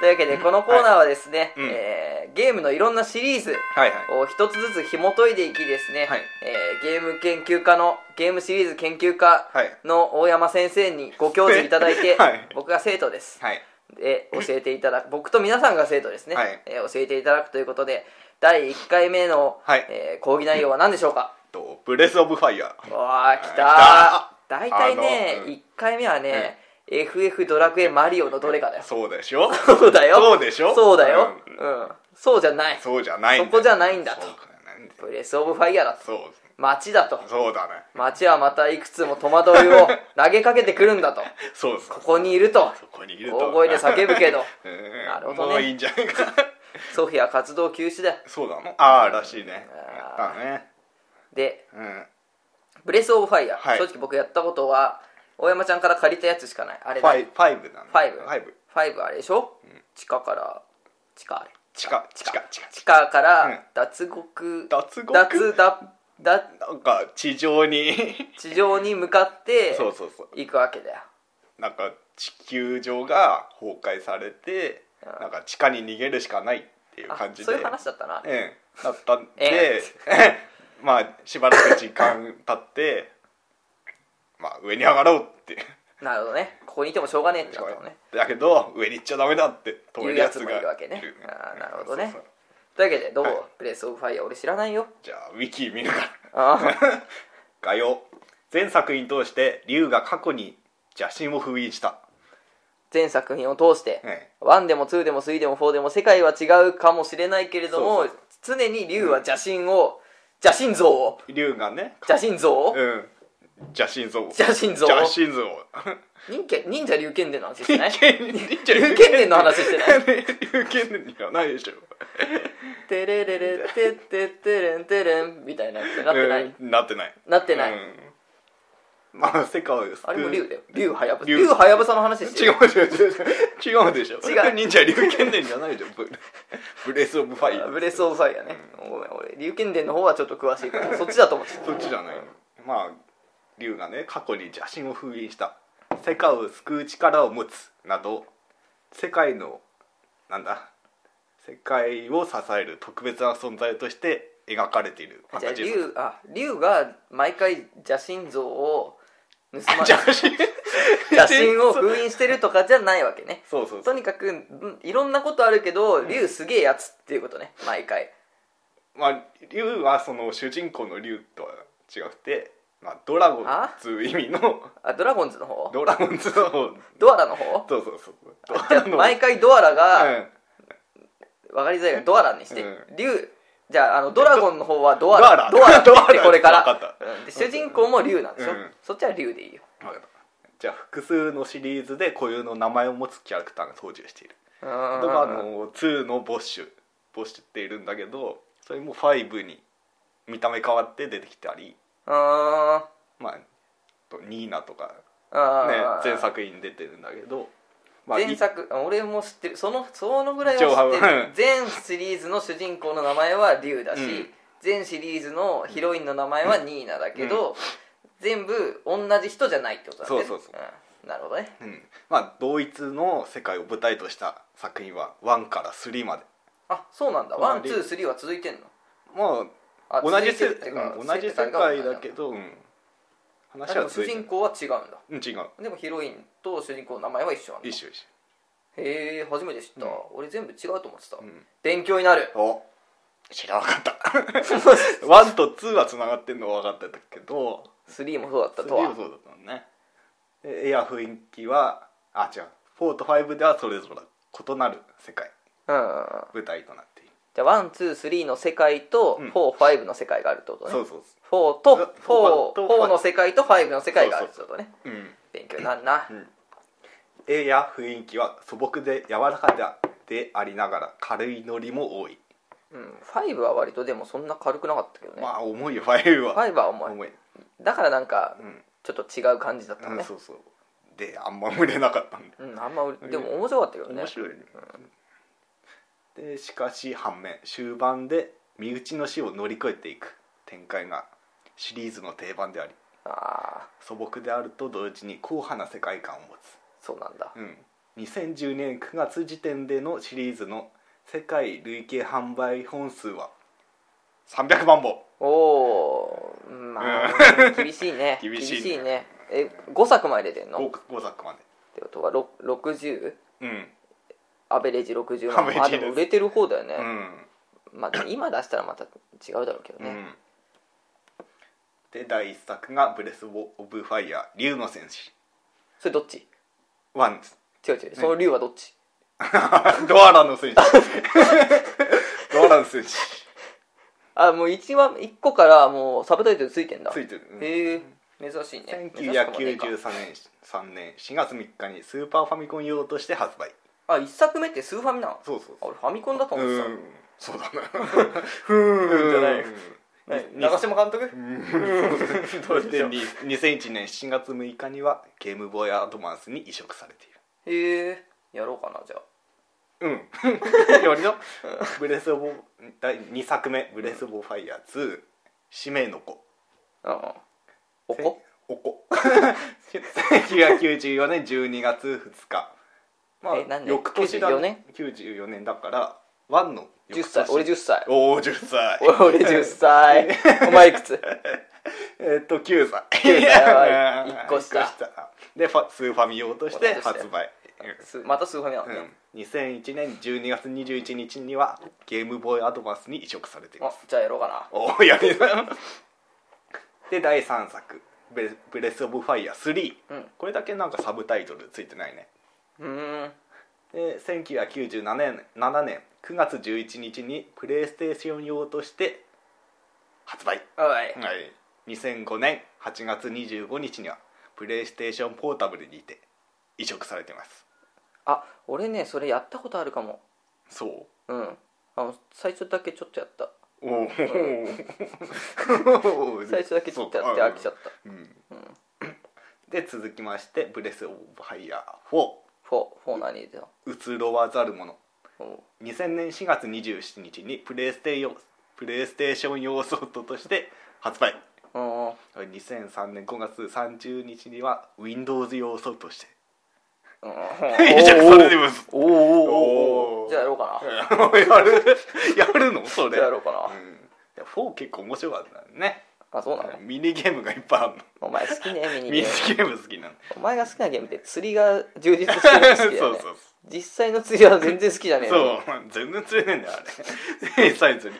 Speaker 1: というわけでこのコーナーはですね、
Speaker 2: うん
Speaker 1: えーゲームのいろんなシリーズ
Speaker 2: はいはい
Speaker 1: を一つずつ紐解いていきですね、
Speaker 2: はい
Speaker 1: えーゲーム研究家のゲームシリーズ研究家
Speaker 2: はい
Speaker 1: の大山先生にご教授いただいて、
Speaker 2: はい
Speaker 1: 僕が生徒です、
Speaker 2: はい
Speaker 1: で教えていた だく僕と皆さんが生徒ですね、
Speaker 2: はい
Speaker 1: えー教えていただくということで第1回目の、
Speaker 2: はい
Speaker 1: えー講義内容は何でしょうか
Speaker 2: とブレスオブファイヤー
Speaker 1: わあ来た
Speaker 2: あ
Speaker 1: ー大体ね
Speaker 2: あのうん
Speaker 1: 1回目はね、FF ドラクエマリオのどれかだよ
Speaker 2: そうでしょ
Speaker 1: そうだよ
Speaker 2: そうでしょ
Speaker 1: そうだよ、
Speaker 2: う
Speaker 1: うんそうじゃない
Speaker 2: そうじゃないんだよ
Speaker 1: そこじゃないんだと
Speaker 2: そうじゃないんだよ
Speaker 1: プレス・オブ・ファイヤーだと
Speaker 2: そう
Speaker 1: 街だと
Speaker 2: そうだね
Speaker 1: 街はまたいくつも戸惑いを投げかけてくるんだと
Speaker 2: そうそ
Speaker 1: こ
Speaker 2: う
Speaker 1: こにいると
Speaker 2: そこにいると
Speaker 1: 大声で叫ぶけど
Speaker 2: うん
Speaker 1: なるほどね
Speaker 2: もういいんじゃないか
Speaker 1: ソフィア活動休止だ
Speaker 2: そうなのああらしいね
Speaker 1: あ
Speaker 2: だね
Speaker 1: で
Speaker 2: うん
Speaker 1: ブレス・オブ・ファイヤー、
Speaker 2: はい
Speaker 1: 正直僕やったことは大山ちゃんから借りたやつしかないあれ
Speaker 2: フ
Speaker 1: だ
Speaker 2: ァイファイブだね
Speaker 1: ファイブ
Speaker 2: ファイブ
Speaker 1: ファイブあれでしょ、地下から地下あれ
Speaker 2: 地下地下地下
Speaker 1: 地下か
Speaker 2: うん
Speaker 1: ら脱獄、
Speaker 2: 脱獄
Speaker 1: 脱だだ
Speaker 2: なんか地上に
Speaker 1: 地上に向かって
Speaker 2: そうそうそう
Speaker 1: 行くわけだよ
Speaker 2: なんか地球上が崩壊されて
Speaker 1: うん
Speaker 2: なんか地下に逃げるしかないっていう
Speaker 1: あ
Speaker 2: 感じで
Speaker 1: そういう話だったな、
Speaker 2: ええだったんで、
Speaker 1: え
Speaker 2: まあしばらく時間経ってまあ上に上がろうって
Speaker 1: なるほどねここにいてもしょうがねえってなったのね
Speaker 2: だけど上に行っちゃダメだって止
Speaker 1: 言
Speaker 2: め
Speaker 1: う
Speaker 2: る
Speaker 1: や
Speaker 2: や
Speaker 1: つ
Speaker 2: つ
Speaker 1: も
Speaker 2: が
Speaker 1: いるわけね
Speaker 2: いる
Speaker 1: あーなるほどね
Speaker 2: そうそう
Speaker 1: というわけでどう、
Speaker 2: はい
Speaker 1: ブレス・オブ・ファイヤー俺知らないよ
Speaker 2: じゃあウィキ見るから
Speaker 1: あー
Speaker 2: 画用全作品通して龍が過去に邪神を封印した、
Speaker 1: 全作品を通して、
Speaker 2: え
Speaker 1: 1でも2でも3でも4でも世界は違うかもしれないけれども
Speaker 2: そうそ
Speaker 1: 常に竜は邪神を邪神像を
Speaker 2: え、龍がね
Speaker 1: 邪神像を
Speaker 2: うん邪神像
Speaker 1: 邪神像を
Speaker 2: 邪神像
Speaker 1: 忍者忍者竜剣伝の話してない
Speaker 2: 龍
Speaker 1: 龍剣伝の話してない
Speaker 2: い龍剣伝にはないでしょ
Speaker 1: テレレレテテテレンテレンみたいなやつなってない、
Speaker 2: うんなってない
Speaker 1: なってない、
Speaker 2: うんまあ世界を救う
Speaker 1: あれも竜だよ竜はやぶさ
Speaker 2: 竜
Speaker 1: 竜はやぶさの話して
Speaker 2: 違う
Speaker 1: る
Speaker 2: 違う違う違うでしょ
Speaker 1: 違う
Speaker 2: 忍者龍剣伝じゃないじゃんブブレス・オブ・ファイヤー
Speaker 1: ブレス・オブ・ファイヤーね、ごめん俺竜剣伝の方はちょっと詳しいからそっちだと思ってた
Speaker 2: そっちじゃないまあ龍がね過去に邪神を封印した世界を救う力を持つなど世界のなんだ世界を支える特別な存在として描かれているフ ァン
Speaker 1: じゃあ
Speaker 2: タジー作
Speaker 1: 竜あ竜が毎回邪神像を盗ま
Speaker 2: 邪神
Speaker 1: 邪神を封印してるとかじゃないわけね
Speaker 2: そうそうそ
Speaker 1: と
Speaker 2: う
Speaker 1: にかくうんいろんなことあるけど竜すげえやつっていうことね毎回
Speaker 2: まあ龍はその主人公の龍とは違くてまあ、ドラゴンズ意味の
Speaker 1: あドラゴンズの方
Speaker 2: ドラゴンズの方
Speaker 1: ドアラの方
Speaker 2: そうそうそうド
Speaker 1: じゃ
Speaker 2: ア
Speaker 1: あ
Speaker 2: の
Speaker 1: 毎回ドアラが、
Speaker 2: うん
Speaker 1: 分かりづらいからドアラにして、
Speaker 2: うん
Speaker 1: 竜じゃああのドラゴンの方はドア
Speaker 2: ドア
Speaker 1: ラ
Speaker 2: ラ
Speaker 1: ドアラって言って
Speaker 2: ドアラ
Speaker 1: これから
Speaker 2: 分かった
Speaker 1: うんで主人公も竜なんでしょ、
Speaker 2: うん
Speaker 1: そっちは竜でいいよ、
Speaker 2: わかったじゃあ複数のシリーズで固有の名前を持つキャラクターが操縦している
Speaker 1: うん
Speaker 2: 例えばあの2のボッシュボッシュっているんだけどそれも5に見た目変わって出てきたり
Speaker 1: うん
Speaker 2: まああとニーナとか、ね
Speaker 1: あ、ー
Speaker 2: 前作品出てるんだけど、まあ、
Speaker 1: 前作俺も知ってるそのそのぐらいは知っ
Speaker 2: 一応
Speaker 1: て
Speaker 2: はう
Speaker 1: る
Speaker 2: ん
Speaker 1: 全シリーズの主人公の名前は竜だし、
Speaker 2: うん
Speaker 1: 全シリーズのヒロインの名前はニーナだけど、全部同じ人じゃないってことだね
Speaker 2: そうそうそ
Speaker 1: んなるほどね
Speaker 2: いうんまあ、同一の世界を舞台とした作品は1から3まで
Speaker 1: あそうなんだ
Speaker 2: まあ
Speaker 1: ワンツースリーは続いてんの
Speaker 2: まあ
Speaker 1: あ
Speaker 2: 同じせ
Speaker 1: 続いてるっていうか
Speaker 2: うん同じ世
Speaker 1: 世界
Speaker 2: 界
Speaker 1: が同
Speaker 2: だ
Speaker 1: じ
Speaker 2: けど、う
Speaker 1: あ
Speaker 2: ん話
Speaker 1: で
Speaker 2: は
Speaker 1: も主
Speaker 2: 続いて
Speaker 1: 人
Speaker 2: る
Speaker 1: 公は違うんだ
Speaker 2: うん違う
Speaker 1: でもヒロインと主人公の名前は一緒なんだ
Speaker 2: 一緒一
Speaker 1: へえ初めて知った、
Speaker 2: うん
Speaker 1: 俺全部違うと思ってた、
Speaker 2: 緒、うん
Speaker 1: 勉強になる
Speaker 2: お知らなかった1と2はつ ながってんのは分かってたけど
Speaker 1: 3もそうだったと
Speaker 2: 3
Speaker 1: は
Speaker 2: もそうだったのねでエア雰囲気はあ違う4と5ではそれぞれ異なる世界
Speaker 1: うん
Speaker 2: 舞台となっている
Speaker 1: じゃあワンツースリーの世界と
Speaker 2: うん
Speaker 1: フォーファイブの世界があるってことね、
Speaker 2: そうそう
Speaker 1: フォーとフ
Speaker 2: フォ
Speaker 1: ォ
Speaker 2: ー
Speaker 1: ー
Speaker 2: と
Speaker 1: フォーの世界とファイブの世界があるってことね
Speaker 2: そううん
Speaker 1: 勉強になんな、
Speaker 2: うん絵や雰囲気は素朴で柔らかでありながら軽いノリも多い、
Speaker 1: うんファイブは割とでもそんな軽くなかったけどね、
Speaker 2: まあ重いよ5
Speaker 1: フ
Speaker 2: は
Speaker 1: ァイブは重い
Speaker 2: 重い、
Speaker 1: だからなんか
Speaker 2: うん
Speaker 1: ちょっと違う感じだった
Speaker 2: うん
Speaker 1: ね
Speaker 2: そうそうであんま売れなかったんで
Speaker 1: うん、あんま俺でも面白かったけどね
Speaker 2: 面白いね、でしかし反面終盤で身内の死を乗り越えていく展開がシリーズの定番であり
Speaker 1: ああ
Speaker 2: 素朴であると同時に硬派な世界観を持
Speaker 1: そうなんだ
Speaker 2: つ、うん、2010年9月時点でのシリーズの世界累計販売本数は300万本
Speaker 1: おおーまあ、厳しいね
Speaker 2: 厳しいね
Speaker 1: ねえ5作まで出てんのっ
Speaker 2: 5, 作ま
Speaker 1: てことはろ60
Speaker 2: でうん
Speaker 1: アベレージ60万
Speaker 2: アベレ
Speaker 1: ま
Speaker 2: ー
Speaker 1: あ
Speaker 2: ジで
Speaker 1: ですも売れてる方だよね、
Speaker 2: うん
Speaker 1: まあ、でも今出したらまた違うだろうけど
Speaker 2: う
Speaker 1: ね、
Speaker 2: んで第1作が「ブレス・オブ・ファイア竜の戦士
Speaker 1: それどっち
Speaker 2: 1」です
Speaker 1: 違う違うその竜はどっち、
Speaker 2: ドアラの選手ドアラの選手
Speaker 1: あもう1話1個からもうサブタイトルついてんだ
Speaker 2: ついてる、うん
Speaker 1: へえ珍しいね珍しくもね
Speaker 2: 1993年3年4月3日にスーパーファミコン用として発売
Speaker 1: あ1作目ってスーファミなの
Speaker 2: そうそう
Speaker 1: あ俺ファミコンだと
Speaker 2: う
Speaker 1: 思ってた
Speaker 2: んそうだなふーんじゃない
Speaker 1: 何長嶋監督
Speaker 2: そしてに2001年7月6日にはゲームボーイアドバンスに移植されている
Speaker 1: へえやろうかなじゃあ
Speaker 2: うん より のブレス・オブ第2作目「ブレス・オブ・ファイヤー2」「使命の子」
Speaker 1: うんおこ
Speaker 2: おこ1994年12月2日ま
Speaker 1: え何
Speaker 2: あ
Speaker 1: 年
Speaker 2: 翌年だ
Speaker 1: 94年
Speaker 2: 94年だからワンの
Speaker 1: 10
Speaker 2: 翌年
Speaker 1: 歳俺10歳
Speaker 2: おお10歳
Speaker 1: 俺10歳 お前いくつ
Speaker 2: えーっと9歳
Speaker 1: 9歳やば い一個下
Speaker 2: 一でファスーファミ用として発売
Speaker 1: すまたスーファミなの
Speaker 2: うん、う
Speaker 1: ね
Speaker 2: ん、2001年12月21日にはゲームボーイアドバンスに移植されてい
Speaker 1: あ
Speaker 2: ます
Speaker 1: じゃあやろうかな
Speaker 2: おおやめなで第3作「ブレブレス・オブ・ファイア3」
Speaker 1: うん
Speaker 2: これだけなんかサブタイトルついてないね
Speaker 1: うーん
Speaker 2: で1997年7年9月11日にプレイステーション用として発売、
Speaker 1: おい
Speaker 2: はい、2005年8月25日にはプレイステーションポータブルにて移植されてます
Speaker 1: あ俺ねそれやったことあるかも
Speaker 2: そう
Speaker 1: うんあの最初だけちょっとやった
Speaker 2: おお
Speaker 1: 最初だけちょっとやって飽きちゃった
Speaker 2: うんで続きまして「ブレス・オブ・ファイヤー4
Speaker 1: フォーフォー何でだ
Speaker 2: うつろわざる者
Speaker 1: うん」
Speaker 2: 2000年4月27日にプレイステーションプレイステーション用ソフトとして発売
Speaker 1: うん
Speaker 2: 2003年5月30日には Windows 用ソフトとして
Speaker 1: うん
Speaker 2: 移植されてます
Speaker 1: おーおーおーおー
Speaker 2: おー
Speaker 1: じゃあやろうかな
Speaker 2: やるやるのそ
Speaker 1: じ
Speaker 2: れ
Speaker 1: ゃあやろうかな、
Speaker 2: うんいや4結構面白かったね
Speaker 1: あそうなの
Speaker 2: ミニゲームがいっぱいあるの
Speaker 1: お前好きねミニ
Speaker 2: ミ
Speaker 1: ゲ
Speaker 2: ニ
Speaker 1: ーム
Speaker 2: ゲーム好きなの
Speaker 1: お前が好きなゲームって釣りが充実してるのが好きだよね
Speaker 2: そうそうそう
Speaker 1: 実際の釣りは全然好きじゃねえよ
Speaker 2: そう全然釣れ ねえんだよあれサイズに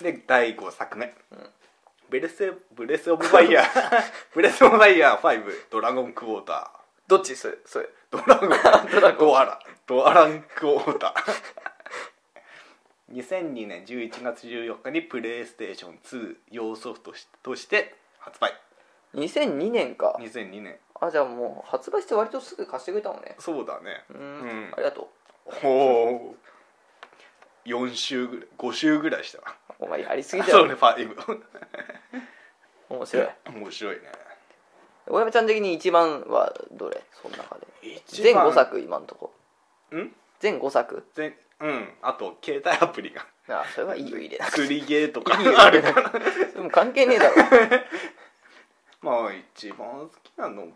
Speaker 2: で第5作目「ブレス・ブレス・オブ・ファイヤー ブレス・オブ・ファイヤー5ドラゴン・クォータ
Speaker 1: どっちそれそれ
Speaker 2: ードラゴン ドアラドアラン・クォー ター2002年11月14日にプレイステーション2用ソフトしとして発売
Speaker 1: 2002年か
Speaker 2: 2002年
Speaker 1: あじゃあもう発売して割とすぐ貸してくれたもんね
Speaker 2: そうだね
Speaker 1: うー
Speaker 2: うんん
Speaker 1: ありがとう
Speaker 2: おお4週ぐらい5週ぐらいしたわ
Speaker 1: お前やりすぎだ
Speaker 2: そ
Speaker 1: よ
Speaker 2: れ5
Speaker 1: 面白い
Speaker 2: 面白いね
Speaker 1: 小山ちゃん的に一番はどれその中で
Speaker 2: 一
Speaker 1: 全
Speaker 2: 番
Speaker 1: 5作今のとこ
Speaker 2: ん
Speaker 1: 全5作
Speaker 2: 全うんあと携帯アプリが
Speaker 1: あそれはいいよ入れなくて
Speaker 2: 釣りゲーとかあるから
Speaker 1: でも関係ねえだろ
Speaker 2: まあ一番好きなの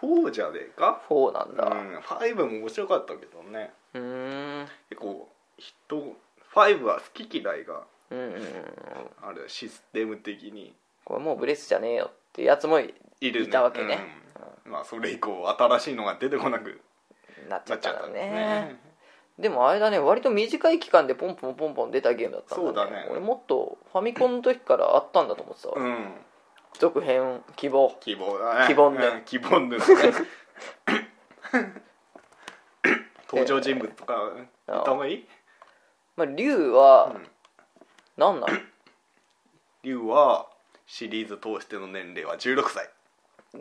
Speaker 2: 4じゃねえか
Speaker 1: 4なん
Speaker 2: う
Speaker 1: だ
Speaker 2: ん5も面白かったけどね
Speaker 1: うーん
Speaker 2: 結構人5は好き嫌いが
Speaker 1: うんうんうん
Speaker 2: あるシステム的に
Speaker 1: これもうブレスじゃねえよってやつも
Speaker 2: いる、ね、
Speaker 1: いたわけね
Speaker 2: うんまあそれ以降新しいのが出てこなく
Speaker 1: なっちゃ
Speaker 2: な
Speaker 1: っ
Speaker 2: っち
Speaker 1: た
Speaker 2: ゃっ
Speaker 1: んだ
Speaker 2: たん
Speaker 1: ね
Speaker 2: ですね
Speaker 1: でもあれだね割と短い期間でポンポンポンポン出たゲームだったんだ、ね、
Speaker 2: そうだね
Speaker 1: 俺もっとファミコンの時からあったんだと思ってたわ、
Speaker 2: うん
Speaker 1: 続編希望
Speaker 2: 希望だね
Speaker 1: 希望ね
Speaker 2: うん希望ね 登場人物とか言った方がいい
Speaker 1: まあ竜は
Speaker 2: うん
Speaker 1: 何なの、
Speaker 2: 龍はシリーズ通しての年齢は16歳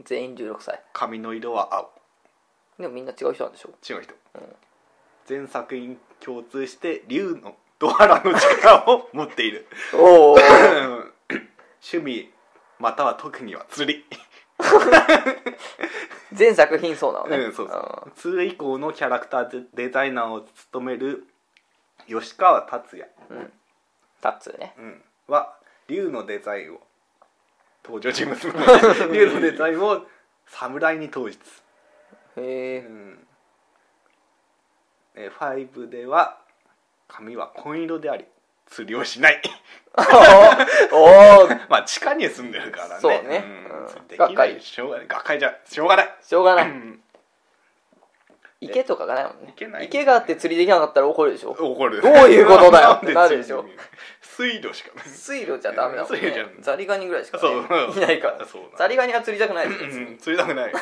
Speaker 1: 全員16歳
Speaker 2: 髪の色は青
Speaker 1: でもみんな違う人なんでしょ
Speaker 2: 違う人、
Speaker 1: うん
Speaker 2: 全作品共通して龍のドアラの力を持っている
Speaker 1: おお
Speaker 2: 趣味または特技は釣り、
Speaker 1: 全作品そうなのね、
Speaker 2: うん、そうそう2以降のキャラクターデザイナーを務める吉川達也、
Speaker 1: タッツーね
Speaker 2: うん、は龍のデザインを登場人 物の龍のデザインを侍に統一
Speaker 1: へ え
Speaker 2: うん、えー5では髪は紺色であり釣りをしない
Speaker 1: おお
Speaker 2: まあ地下に住んでるからね
Speaker 1: そうね
Speaker 2: うん
Speaker 1: うん
Speaker 2: それで
Speaker 1: が
Speaker 2: き
Speaker 1: っ
Speaker 2: な
Speaker 1: か
Speaker 2: い
Speaker 1: り
Speaker 2: しょうがない学会じゃしょうがない
Speaker 1: しょうがな
Speaker 2: う
Speaker 1: い
Speaker 2: ん
Speaker 1: 池とかがないもんね
Speaker 2: 池ない
Speaker 1: 池があって釣りできなかったら怒るでしょ
Speaker 2: 怒る
Speaker 1: どういうことだよって
Speaker 2: なん
Speaker 1: なるでしょ
Speaker 2: 水路しかない
Speaker 1: 水路じゃダメだもん
Speaker 2: 水路じゃ
Speaker 1: ねザリガニぐらいしか、ね、
Speaker 2: そう
Speaker 1: いないから
Speaker 2: そうなん
Speaker 1: ザリガニは釣りたくないです、
Speaker 2: うん釣りたくない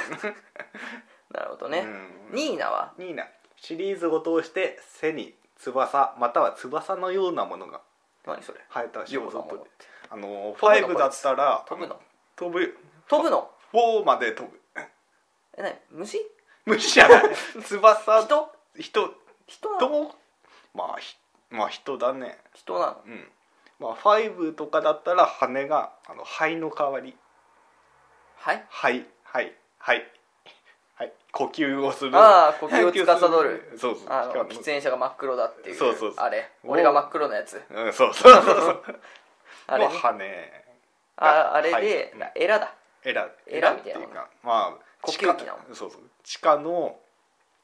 Speaker 1: なるほどね、
Speaker 2: うん
Speaker 1: ニーナは
Speaker 2: ニーナシリーズを通して背に翼または翼のようなものが
Speaker 1: 何それ
Speaker 2: 生えた
Speaker 1: ようなもの
Speaker 2: と
Speaker 1: って
Speaker 2: あの
Speaker 1: 飛ぶの
Speaker 2: 5だったら
Speaker 1: 飛ぶの
Speaker 2: 飛ぶ
Speaker 1: 飛ぶの
Speaker 2: 4まで飛ぶ
Speaker 1: え何虫
Speaker 2: 虫じゃ ない翼と
Speaker 1: 人
Speaker 2: 人
Speaker 1: 人な
Speaker 2: と
Speaker 1: の
Speaker 2: もまあひまあ人だね
Speaker 1: 人なの
Speaker 2: うんまあ5とかだったら羽があの肺の代わり
Speaker 1: はい
Speaker 2: 肺肺肺はい呼吸をする
Speaker 1: ああ呼吸を司る
Speaker 2: そうそう
Speaker 1: あの
Speaker 2: 力
Speaker 1: 喫煙者が真っ黒だっていう
Speaker 2: そうそうそう
Speaker 1: あれ
Speaker 2: お
Speaker 1: 俺が真っ黒のやつ
Speaker 2: うんそうそうそうそう
Speaker 1: あれ
Speaker 2: ま
Speaker 1: ね
Speaker 2: あ羽
Speaker 1: ああれで、
Speaker 2: はい
Speaker 1: エラだ
Speaker 2: エラ
Speaker 1: エラみたいな
Speaker 2: っていうかまあ
Speaker 1: 呼吸器なの
Speaker 2: 地下そうそう地下の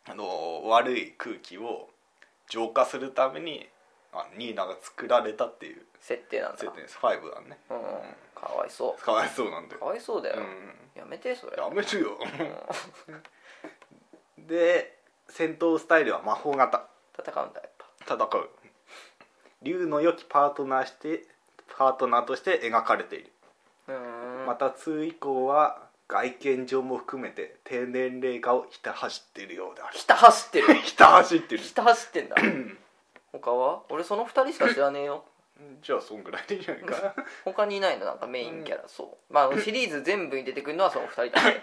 Speaker 2: あの悪い空気を浄化するためにあニーナが作られたっていう
Speaker 1: 設定なんだ
Speaker 2: 設定です5だね
Speaker 1: うんかわいそ
Speaker 2: かわいそうなんで
Speaker 1: うかわいそうだよ、
Speaker 2: うん
Speaker 1: やめてそれ
Speaker 2: やめてよ で戦闘スタイルは魔法型
Speaker 1: 戦うんだやっぱ
Speaker 2: 戦う竜の良きパートナーしてパートナーとして描かれている
Speaker 1: うーん
Speaker 2: また2以降は外見上も含めて低年齢化をひた走っているようである
Speaker 1: 北走ってる
Speaker 2: ひた走ってる
Speaker 1: 北走ってん だ他は俺その2人しか知らねえよ
Speaker 2: じゃあそんぐらいでいいんじゃないか
Speaker 1: 他にいないのなんかメインキャラ、そうまあシリーズ全部に出てくるのはその2人だけ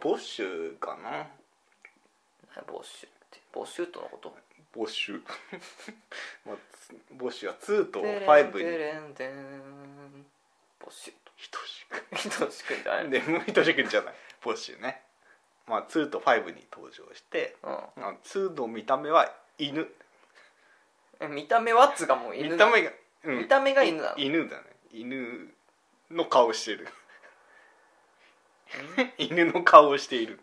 Speaker 2: ボッシュかな
Speaker 1: ボッシュってボッシュットのこと
Speaker 2: ボッシュ、 まあ、つボッシュは2と5
Speaker 1: テ
Speaker 2: に
Speaker 1: レンテレンテレンボッシュッ
Speaker 2: 等しく
Speaker 1: ト等しくんじゃない
Speaker 2: でもう等しくんじゃないボッシュね、まあ、2と5に登場して
Speaker 1: うん
Speaker 2: まあ2の見た目は犬
Speaker 1: え見た目ワッツがもう犬
Speaker 2: 見た目が、うん
Speaker 1: 見た目が犬なの
Speaker 2: 犬だね犬の顔してる 犬の顔をしている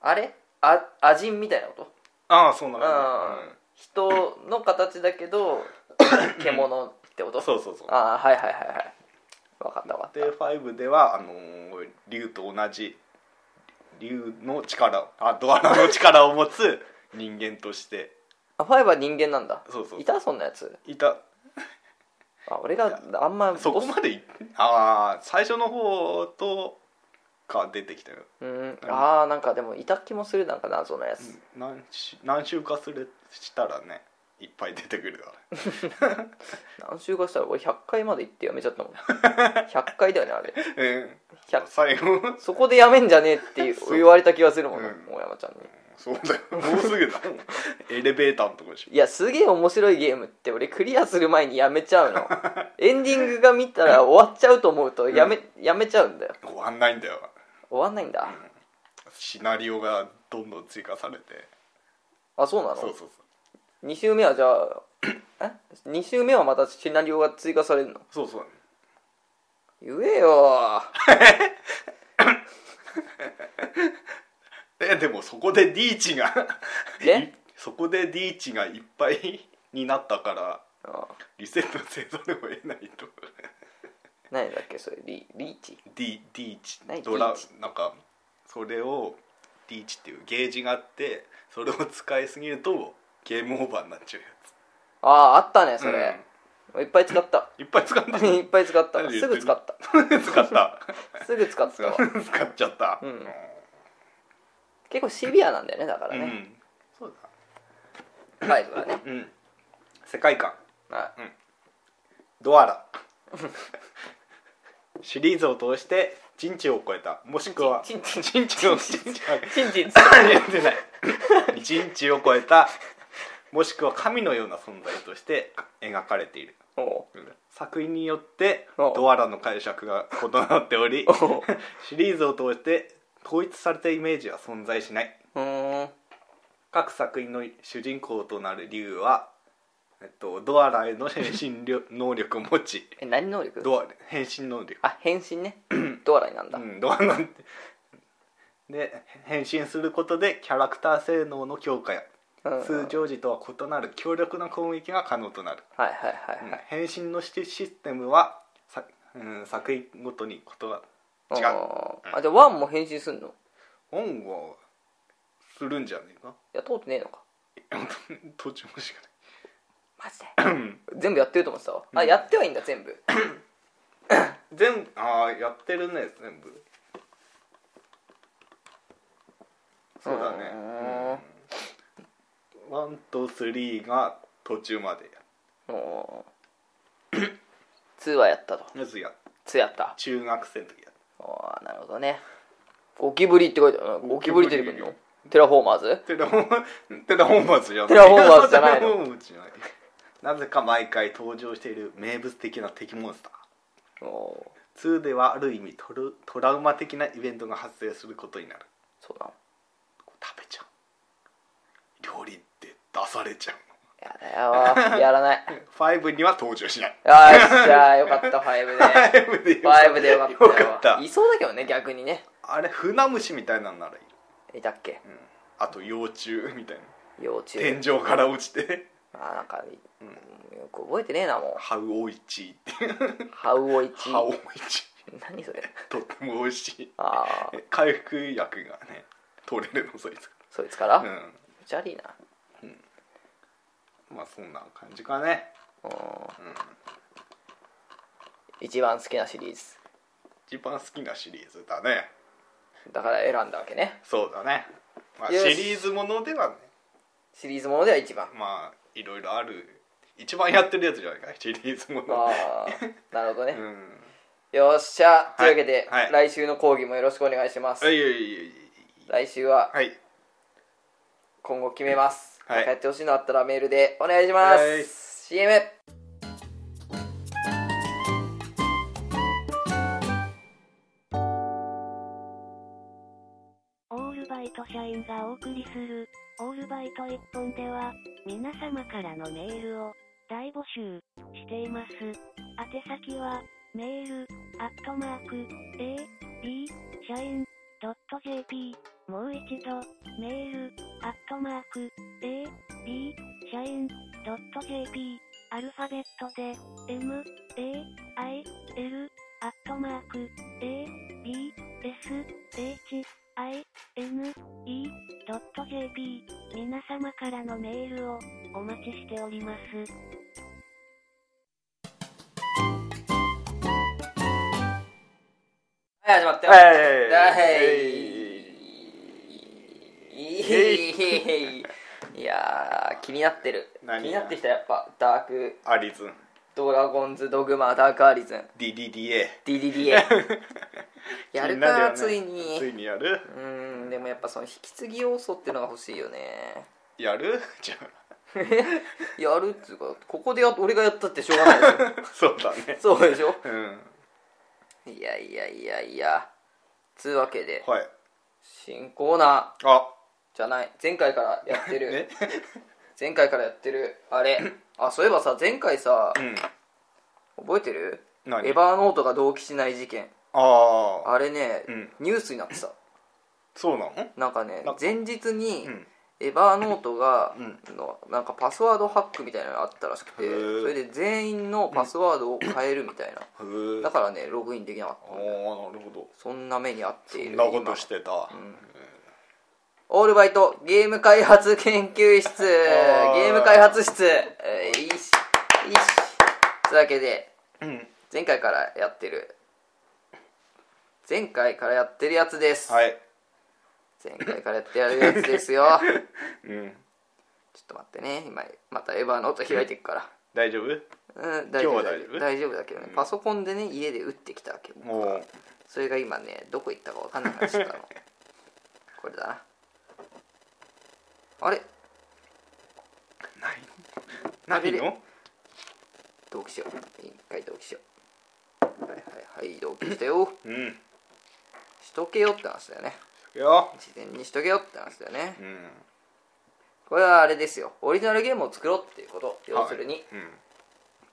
Speaker 1: あれあアジンみたいなこと
Speaker 2: ああそんな
Speaker 1: う
Speaker 2: 感
Speaker 1: ん人の形だけ ど獣ってこ
Speaker 2: じ、う
Speaker 1: と
Speaker 2: ん、そうそうそう
Speaker 1: ああはいはいはいはい分かった分かった
Speaker 2: で5ではあのー竜と同じ竜の力をあドアラの力を持つ人間として
Speaker 1: あファイブは人間なんだ
Speaker 2: そうそう
Speaker 1: いたそんなやつ
Speaker 2: いた
Speaker 1: あ俺があんま
Speaker 2: そこまでいああ最初の方とか出てきたよ
Speaker 1: うんああなんかでもいた気もするなんか謎のやつ、
Speaker 2: 何し何週かすれしたらねいっぱい出てくるから
Speaker 1: 何週かしたら俺100回まで行ってやめちゃったもん 100回だよねあれ
Speaker 2: うん
Speaker 1: 100
Speaker 2: 最後
Speaker 1: そこでやめんじゃねえって
Speaker 2: そう
Speaker 1: 言われた気がするもん、
Speaker 2: うん
Speaker 1: 大山ちゃんに
Speaker 2: そうだよもうすぐだもんエレベーターのとこでしょ
Speaker 1: いやすげえ面白いゲームって俺クリアする前にやめちゃうのエンディングが見たら終わっちゃうと思うとやめ,、やめちゃうんだよ
Speaker 2: 終わんないんだよ
Speaker 1: 終わんないんだ、
Speaker 2: シナリオがどんどん追加されて
Speaker 1: あそうなの
Speaker 2: そうそうそう
Speaker 1: 2週目はじゃあえ2週目はまたシナリオが追加されるの
Speaker 2: そうそう
Speaker 1: 言えよ
Speaker 2: えでもそこでリーチが
Speaker 1: ね
Speaker 2: そこでリーチがいっぱい になったから
Speaker 1: あ
Speaker 2: リセットせざるを得ないと
Speaker 1: 何だっけそれリリーチ
Speaker 2: リリーチ
Speaker 1: 何
Speaker 2: ドラ
Speaker 1: リーチ
Speaker 2: なんかそれをリーチっていうゲージがあってそれを使いすぎるとゲームオーバーになっちゃうや
Speaker 1: あああったね
Speaker 2: つ
Speaker 1: それ、いっぱい使った
Speaker 2: うんいっぱい使って
Speaker 1: いっぱい使った
Speaker 2: 何言って
Speaker 1: す
Speaker 2: る
Speaker 1: ぐ使った
Speaker 2: る 使った
Speaker 1: すぐ使ったわ
Speaker 2: 使っちゃった
Speaker 1: うん
Speaker 2: うん
Speaker 1: 結構シビアなんだよねだから
Speaker 2: う
Speaker 1: ね、
Speaker 2: んそうだ
Speaker 1: ファイブはね、
Speaker 2: うん世界観
Speaker 1: は
Speaker 2: ドアラ シリーズを通して人知を超えたもしくは
Speaker 1: ちん
Speaker 2: 人知を人知
Speaker 1: い、 チンチン
Speaker 2: 言ってない人知を超えたもしくは神のような存在として描かれている
Speaker 1: おう
Speaker 2: 作品によって
Speaker 1: お
Speaker 2: ドアラの解釈が異なっており
Speaker 1: おう
Speaker 2: シリーズを通して統一されたイメージは存在しないう
Speaker 1: ーん
Speaker 2: 各作品の主人公となる理由は、えっと、ドアラへの変身力能力を持ち
Speaker 1: え何能力
Speaker 2: ドア変身能力
Speaker 1: あ変身ねドアラになんだ、
Speaker 2: うんドアなんてで変身することでキャラクター性能の強化や
Speaker 1: うん
Speaker 2: 通常時とは異なる強力な攻撃が可能となる、
Speaker 1: はいはいは
Speaker 2: う
Speaker 1: い
Speaker 2: ん
Speaker 1: はい、
Speaker 2: 変身のシシステムはさ、うん、作品ごとに異なる違う
Speaker 1: うあじゃあワンも変身すんの
Speaker 2: オンはするんじゃねえか
Speaker 1: いや通ってねえのか
Speaker 2: 途中もしか
Speaker 1: マジで
Speaker 2: ない
Speaker 1: 全部やってると思ってたわ、あやってはいいんだ全部
Speaker 2: 全部ああやってるね全部そうだね
Speaker 1: うん
Speaker 2: ワンとスリーが途中まで
Speaker 1: おー2はやったと
Speaker 2: やつや
Speaker 1: 2やった
Speaker 2: 中学生の時や
Speaker 1: ああなるほどねゴキブリって書いてあるなゴキブリ出てくる
Speaker 2: ゴ
Speaker 1: の
Speaker 2: キ
Speaker 1: テラフォーマーズ
Speaker 2: テラホンテラホンマーズじゃない
Speaker 1: テラホンマーズじゃないの
Speaker 2: テラホンマーズじゃないなぜか毎回登場している名物的な敵モンスター
Speaker 1: おー
Speaker 2: 2ではある意味トルトラウマ的なイベントが発生することになる
Speaker 1: そうなの
Speaker 2: こう食べちゃう料理って出されちゃう
Speaker 1: やだよーやらない
Speaker 2: 5には登場しない
Speaker 1: よっしゃーよかった5で
Speaker 2: 5で
Speaker 1: 5でよかったよ
Speaker 2: よかった
Speaker 1: いそうだけどね逆にね
Speaker 2: あれ船虫みたいなのならいい、
Speaker 1: いたっけ
Speaker 2: うん、あと幼虫みたいな
Speaker 1: 幼虫
Speaker 2: 天井から落ちて
Speaker 1: あーなんか、よく覚えてねえなも
Speaker 2: ハウオイチって
Speaker 1: うハウオイチ
Speaker 2: ハウオイチ
Speaker 1: 何それ
Speaker 2: とっても美味しい
Speaker 1: ああ
Speaker 2: 回復薬がね取れるのそいつか
Speaker 1: そいつから、
Speaker 2: ら
Speaker 1: め
Speaker 2: う
Speaker 1: ちゃりいな、
Speaker 2: んまあそんな感じかね
Speaker 1: うん一番好きなシリーズ
Speaker 2: 一番好きなシリーズだね
Speaker 1: だから選んだわけね
Speaker 2: そうだね、まあ、シ
Speaker 1: よし
Speaker 2: リーズものではね
Speaker 1: シリーズものでは一番
Speaker 2: まあいろいろある一番やってるやつじゃないかシリーズも
Speaker 1: あ
Speaker 2: の
Speaker 1: あなるほどね、
Speaker 2: うん
Speaker 1: よっしゃというわけで、
Speaker 2: はい
Speaker 1: 来週の講義もよろしくお願いします、
Speaker 2: はいはいはい
Speaker 1: 来週は
Speaker 2: はい
Speaker 1: 今後決めます、
Speaker 2: はい
Speaker 1: なんかやってほしいのあったらメールでお願いします、
Speaker 2: はい
Speaker 1: CM
Speaker 3: オールバイト社員がお送りする、オールバイト一本では、皆様からのメールを大募集しています。宛先は、メール、アットマーク、A、B、社員、ドット JP。もう一度、メール、アットマーク、A、B、社員、ドット JP。アルファベットで、M、A、I、L、アットマーク、A、B、S、H、i n e j p 皆様からのメールをお待ちしております。
Speaker 1: 始まったよ。はい。いやー、気になってる。気
Speaker 2: 何が
Speaker 1: になってきた、やっぱ。ダーク、
Speaker 2: アリズン
Speaker 1: ドラゴンズ、ドグマ、ダークアリズン、
Speaker 2: DDDA
Speaker 1: DDDA。や
Speaker 2: 気
Speaker 1: る
Speaker 2: にな
Speaker 1: か、
Speaker 2: よね
Speaker 1: ついに。
Speaker 2: つ
Speaker 1: う
Speaker 2: いにやる
Speaker 1: ーん、でもやっぱその引き継ぎ要素ってのが欲しいよね。
Speaker 2: やるじゃあ
Speaker 1: やるっつうか、ここでやっ俺がやったってしょうがないでし ょ。
Speaker 2: そうだね
Speaker 1: そうでしょ
Speaker 2: うん
Speaker 1: いやいやいやいや。つうわけで、
Speaker 2: はい
Speaker 1: 新コーナ
Speaker 2: あ
Speaker 1: ーじゃない。前回からや ってる。
Speaker 2: ね
Speaker 1: 前回からやってるあ れあそういえばさ前回さ
Speaker 2: うん
Speaker 1: 覚えてる
Speaker 2: 何
Speaker 1: エバーノートが同期しない事件
Speaker 2: ああ
Speaker 1: あれね、
Speaker 2: うん
Speaker 1: ニュースになってさ
Speaker 2: そうなの
Speaker 1: なんかね
Speaker 2: なんか
Speaker 1: 前日に
Speaker 2: うん
Speaker 1: エバーノートが
Speaker 2: う
Speaker 1: のなんかパスワードハックみたいなのがあったらしくて
Speaker 2: へー
Speaker 1: それで全員のパスワードを変えるみたいな
Speaker 2: へえ
Speaker 1: だからねログインできなかっ
Speaker 2: ああ
Speaker 1: た
Speaker 2: なるほど
Speaker 1: そんな目にあっている
Speaker 2: そんなこと
Speaker 1: 今
Speaker 2: してた
Speaker 1: オールバイトゲーム開発研究室
Speaker 2: あー
Speaker 1: ゲーム開発室えーいいしいいしというわけで
Speaker 2: うん
Speaker 1: 前回からやってる前回からやってるやつです、
Speaker 2: はい
Speaker 1: 前回からやってやるやつですよちょっ
Speaker 2: うん
Speaker 1: と待ってね今またエヴァノート開いていくか
Speaker 2: 大丈夫
Speaker 1: ら、うん、
Speaker 2: 今日
Speaker 1: 大丈
Speaker 2: は大丈
Speaker 1: 夫
Speaker 2: 夫
Speaker 1: 大丈夫だけどね、パソコンでね家で打ってきたわけ僕
Speaker 2: もう
Speaker 1: それが今ねどこ行ったか分かんなくなっちゃったのこれだなあれ
Speaker 2: ない
Speaker 1: 食べ
Speaker 2: ない
Speaker 1: れ
Speaker 2: の
Speaker 1: 同期しよう一回同期しようはいはいはい同期したよ
Speaker 2: うん
Speaker 1: しとけよって話だよね
Speaker 2: いくよ
Speaker 1: 事前にしとけよって話だよね
Speaker 2: うん
Speaker 1: これはあれですよオリジナルゲームを作ろうっていうこと要するに、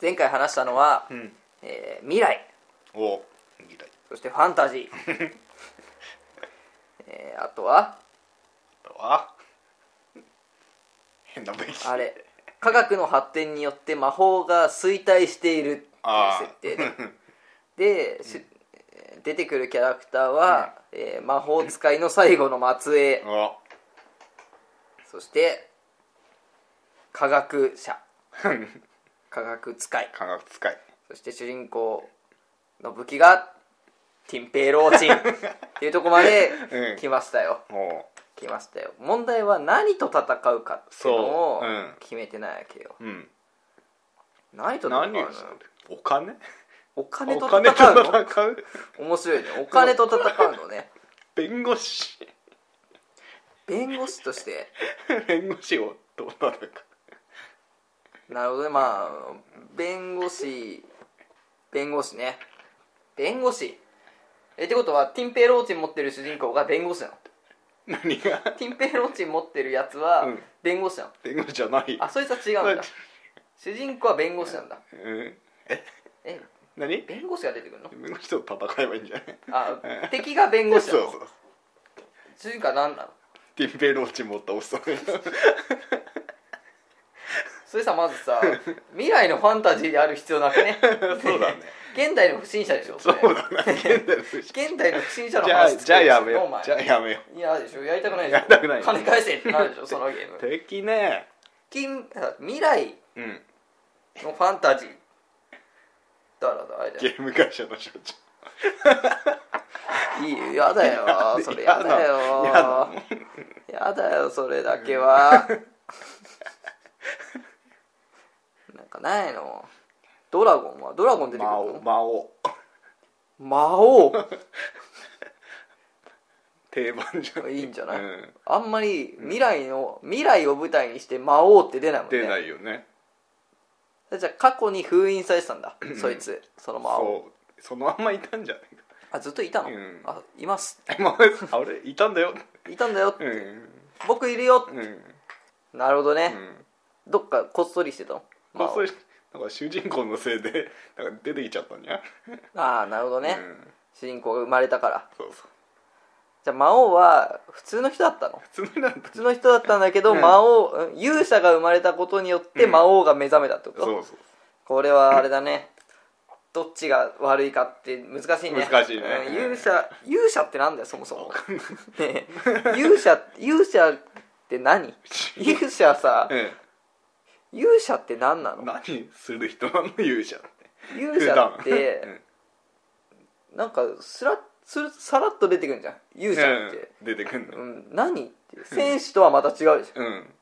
Speaker 1: 前回話したのは、
Speaker 2: うんうん
Speaker 1: えー未来
Speaker 2: お未来
Speaker 1: そしてファンタジー、 えーあとは
Speaker 2: だわ 変な武器
Speaker 1: あれ科学の発展によって魔法が衰退している
Speaker 2: あ
Speaker 1: っていう設定でで、しえー出てくるキャラクターは、えー魔法使いの最後の末裔
Speaker 2: ーあ
Speaker 1: そして科学者 科学使い
Speaker 2: 科学使い
Speaker 1: そして主人公の武器がティンペイローチンっていうとこまで
Speaker 2: うん
Speaker 1: 来ましたよ、
Speaker 2: お
Speaker 1: 来ましたよ問題は何と戦うかっていうのを
Speaker 2: そううん
Speaker 1: 決めてないわけよ、
Speaker 2: ううん
Speaker 1: 何と戦う
Speaker 2: 何
Speaker 1: のよ
Speaker 2: をするお金
Speaker 1: お金
Speaker 2: お
Speaker 1: と
Speaker 2: 金
Speaker 1: 戦う
Speaker 2: と
Speaker 1: の
Speaker 2: 戦う
Speaker 1: 面白いねお金と戦うのね
Speaker 2: 弁護士
Speaker 1: 弁護士として
Speaker 2: 弁護士をどうなるか
Speaker 1: なるほどねまあ弁護士弁護士ね弁護士えってことはティンペイローチン持ってる主人公が弁護士なの
Speaker 2: 何が
Speaker 1: ティンペイローチン持ってるやつは
Speaker 2: うん
Speaker 1: 弁護士なの、
Speaker 2: 弁護士じゃない
Speaker 1: あそいつは違うんだ主人公は弁護士なんだ
Speaker 2: うんえ
Speaker 1: え
Speaker 2: 何
Speaker 1: 弁護士が出てくるの
Speaker 2: 弁護士と戦えばいいんじゃない
Speaker 1: あ敵が弁護士な
Speaker 2: そう
Speaker 1: の
Speaker 2: そう
Speaker 1: 主人公は何なの
Speaker 2: ティンペイローチ持ったお っさん
Speaker 1: それさまず さ未来のファンタジーである必要なくね
Speaker 2: そうだね
Speaker 1: 現代の不審者でしょ
Speaker 2: そう
Speaker 1: れ
Speaker 2: だな現代の不思議
Speaker 1: 現代の不審者の
Speaker 2: じゃあ
Speaker 1: 話作るでしょ
Speaker 2: じゃあやめ
Speaker 1: お
Speaker 2: よ
Speaker 1: 前
Speaker 2: うじゃあやめよう
Speaker 1: 嫌でしょやりたくないでしょ
Speaker 2: やりたくない
Speaker 1: 金返せってなるでしょ そのゲーム
Speaker 2: 敵ね
Speaker 1: 近未来
Speaker 2: うん
Speaker 1: のファンタジーだからだあれだ
Speaker 2: ゲ
Speaker 1: よ
Speaker 2: ーム会社の社長
Speaker 1: いいよやだよそれやだよ
Speaker 2: やだや
Speaker 1: やだよそれだけは なんかないのドラゴンはドラゴン出てくる
Speaker 2: 魔
Speaker 1: の
Speaker 2: 王魔王
Speaker 1: 魔王
Speaker 2: 定番じゃない
Speaker 1: いいんじゃない、
Speaker 2: うん
Speaker 1: あんまり未来の未来を舞台にして魔王って出ないもんね
Speaker 2: 出ないよね
Speaker 1: じゃあ過去に封印されてたんだそいつその魔王
Speaker 2: そうそのまんまいたんじゃないか
Speaker 1: あずっといたの、
Speaker 2: うん
Speaker 1: あい ます
Speaker 2: まあ、あれいたんだよ。
Speaker 1: いたんだよ、
Speaker 2: うん。
Speaker 1: 僕いるよ、
Speaker 2: うん。うん。
Speaker 1: なるほどね、どっかこっそりしてたの
Speaker 2: まあ、
Speaker 1: 魔王
Speaker 2: そういう、なんか主人公のせいで、 なんか出てきちゃったんや。
Speaker 1: ああなるほどね、
Speaker 2: うん。
Speaker 1: 主人公が生まれたから
Speaker 2: そうそう。
Speaker 1: じゃあ魔王は普通の人だったの
Speaker 2: 普通なんだ
Speaker 1: 普。通の人だったんだけど、
Speaker 2: うん
Speaker 1: 魔王うん勇者が生まれたことによって魔王が目覚めたってこと、
Speaker 2: そうそう。
Speaker 1: これはあれだねどっちが悪いかって難しいね
Speaker 2: 難しいね
Speaker 1: うん勇者勇者ってなんだよそもそも、ねえ、勇者勇者って 何勇者さ
Speaker 2: え
Speaker 1: 勇者って何な
Speaker 2: え。
Speaker 1: の
Speaker 2: 何する人なの勇者って。
Speaker 1: 勇者って
Speaker 2: 普段
Speaker 1: なんかスラするさらっと出てくるじゃん勇者って、
Speaker 2: うん出てくん
Speaker 1: う
Speaker 2: の
Speaker 1: ん何って戦士とはまた違うじゃん
Speaker 2: うん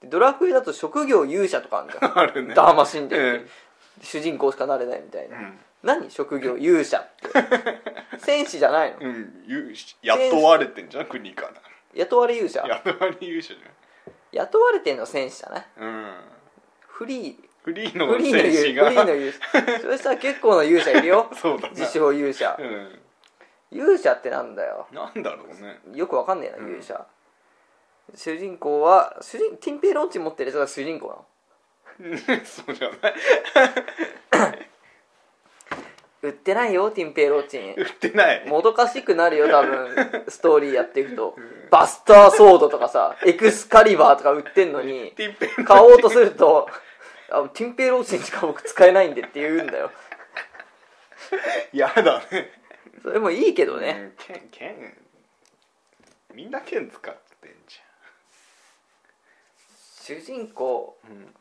Speaker 1: でドラクエだと職業勇者とかあるじゃん
Speaker 2: あるね
Speaker 1: ダーマシンで、
Speaker 2: うん
Speaker 1: 主人公しかなれないみたいな、
Speaker 2: うん
Speaker 1: 何職業勇 者って戦士じゃないの
Speaker 2: うんゆ雇われてんじゃん国か
Speaker 1: 雇われ勇者
Speaker 2: ら雇われ勇者じ
Speaker 1: 雇われてんのは戦士じゃない
Speaker 2: ゃんうん
Speaker 1: フリ
Speaker 2: フリー
Speaker 1: ー
Speaker 2: の
Speaker 1: フリーの
Speaker 2: 戦
Speaker 1: 勇
Speaker 2: 士
Speaker 1: フリーの
Speaker 2: が
Speaker 1: 勇者そしたら結構な勇者いるよ
Speaker 2: そうだな
Speaker 1: 自称勇者
Speaker 2: うん
Speaker 1: 勇者ってなんだよ
Speaker 2: なんだろうね
Speaker 1: よくわかんねえな
Speaker 2: うん
Speaker 1: 勇者、主人公は主人ティンペイロンチ持ってる人が主人公なの
Speaker 2: うん そうじゃない
Speaker 1: 売ってないよティンペイロンチン
Speaker 2: 売ってない
Speaker 1: もどかしくなるよ多 分ストーリーやっていくとバスターソードとかさエクスカリバーとか売ってんのに
Speaker 2: ティンペイ
Speaker 1: 買おうとするとあティンペイローチンしか僕使えないんでって言うんだよ
Speaker 2: やだね
Speaker 1: それもいいけどね、
Speaker 2: うん剣剣みんな剣使ってんじ
Speaker 1: 主人公
Speaker 2: ゃんうん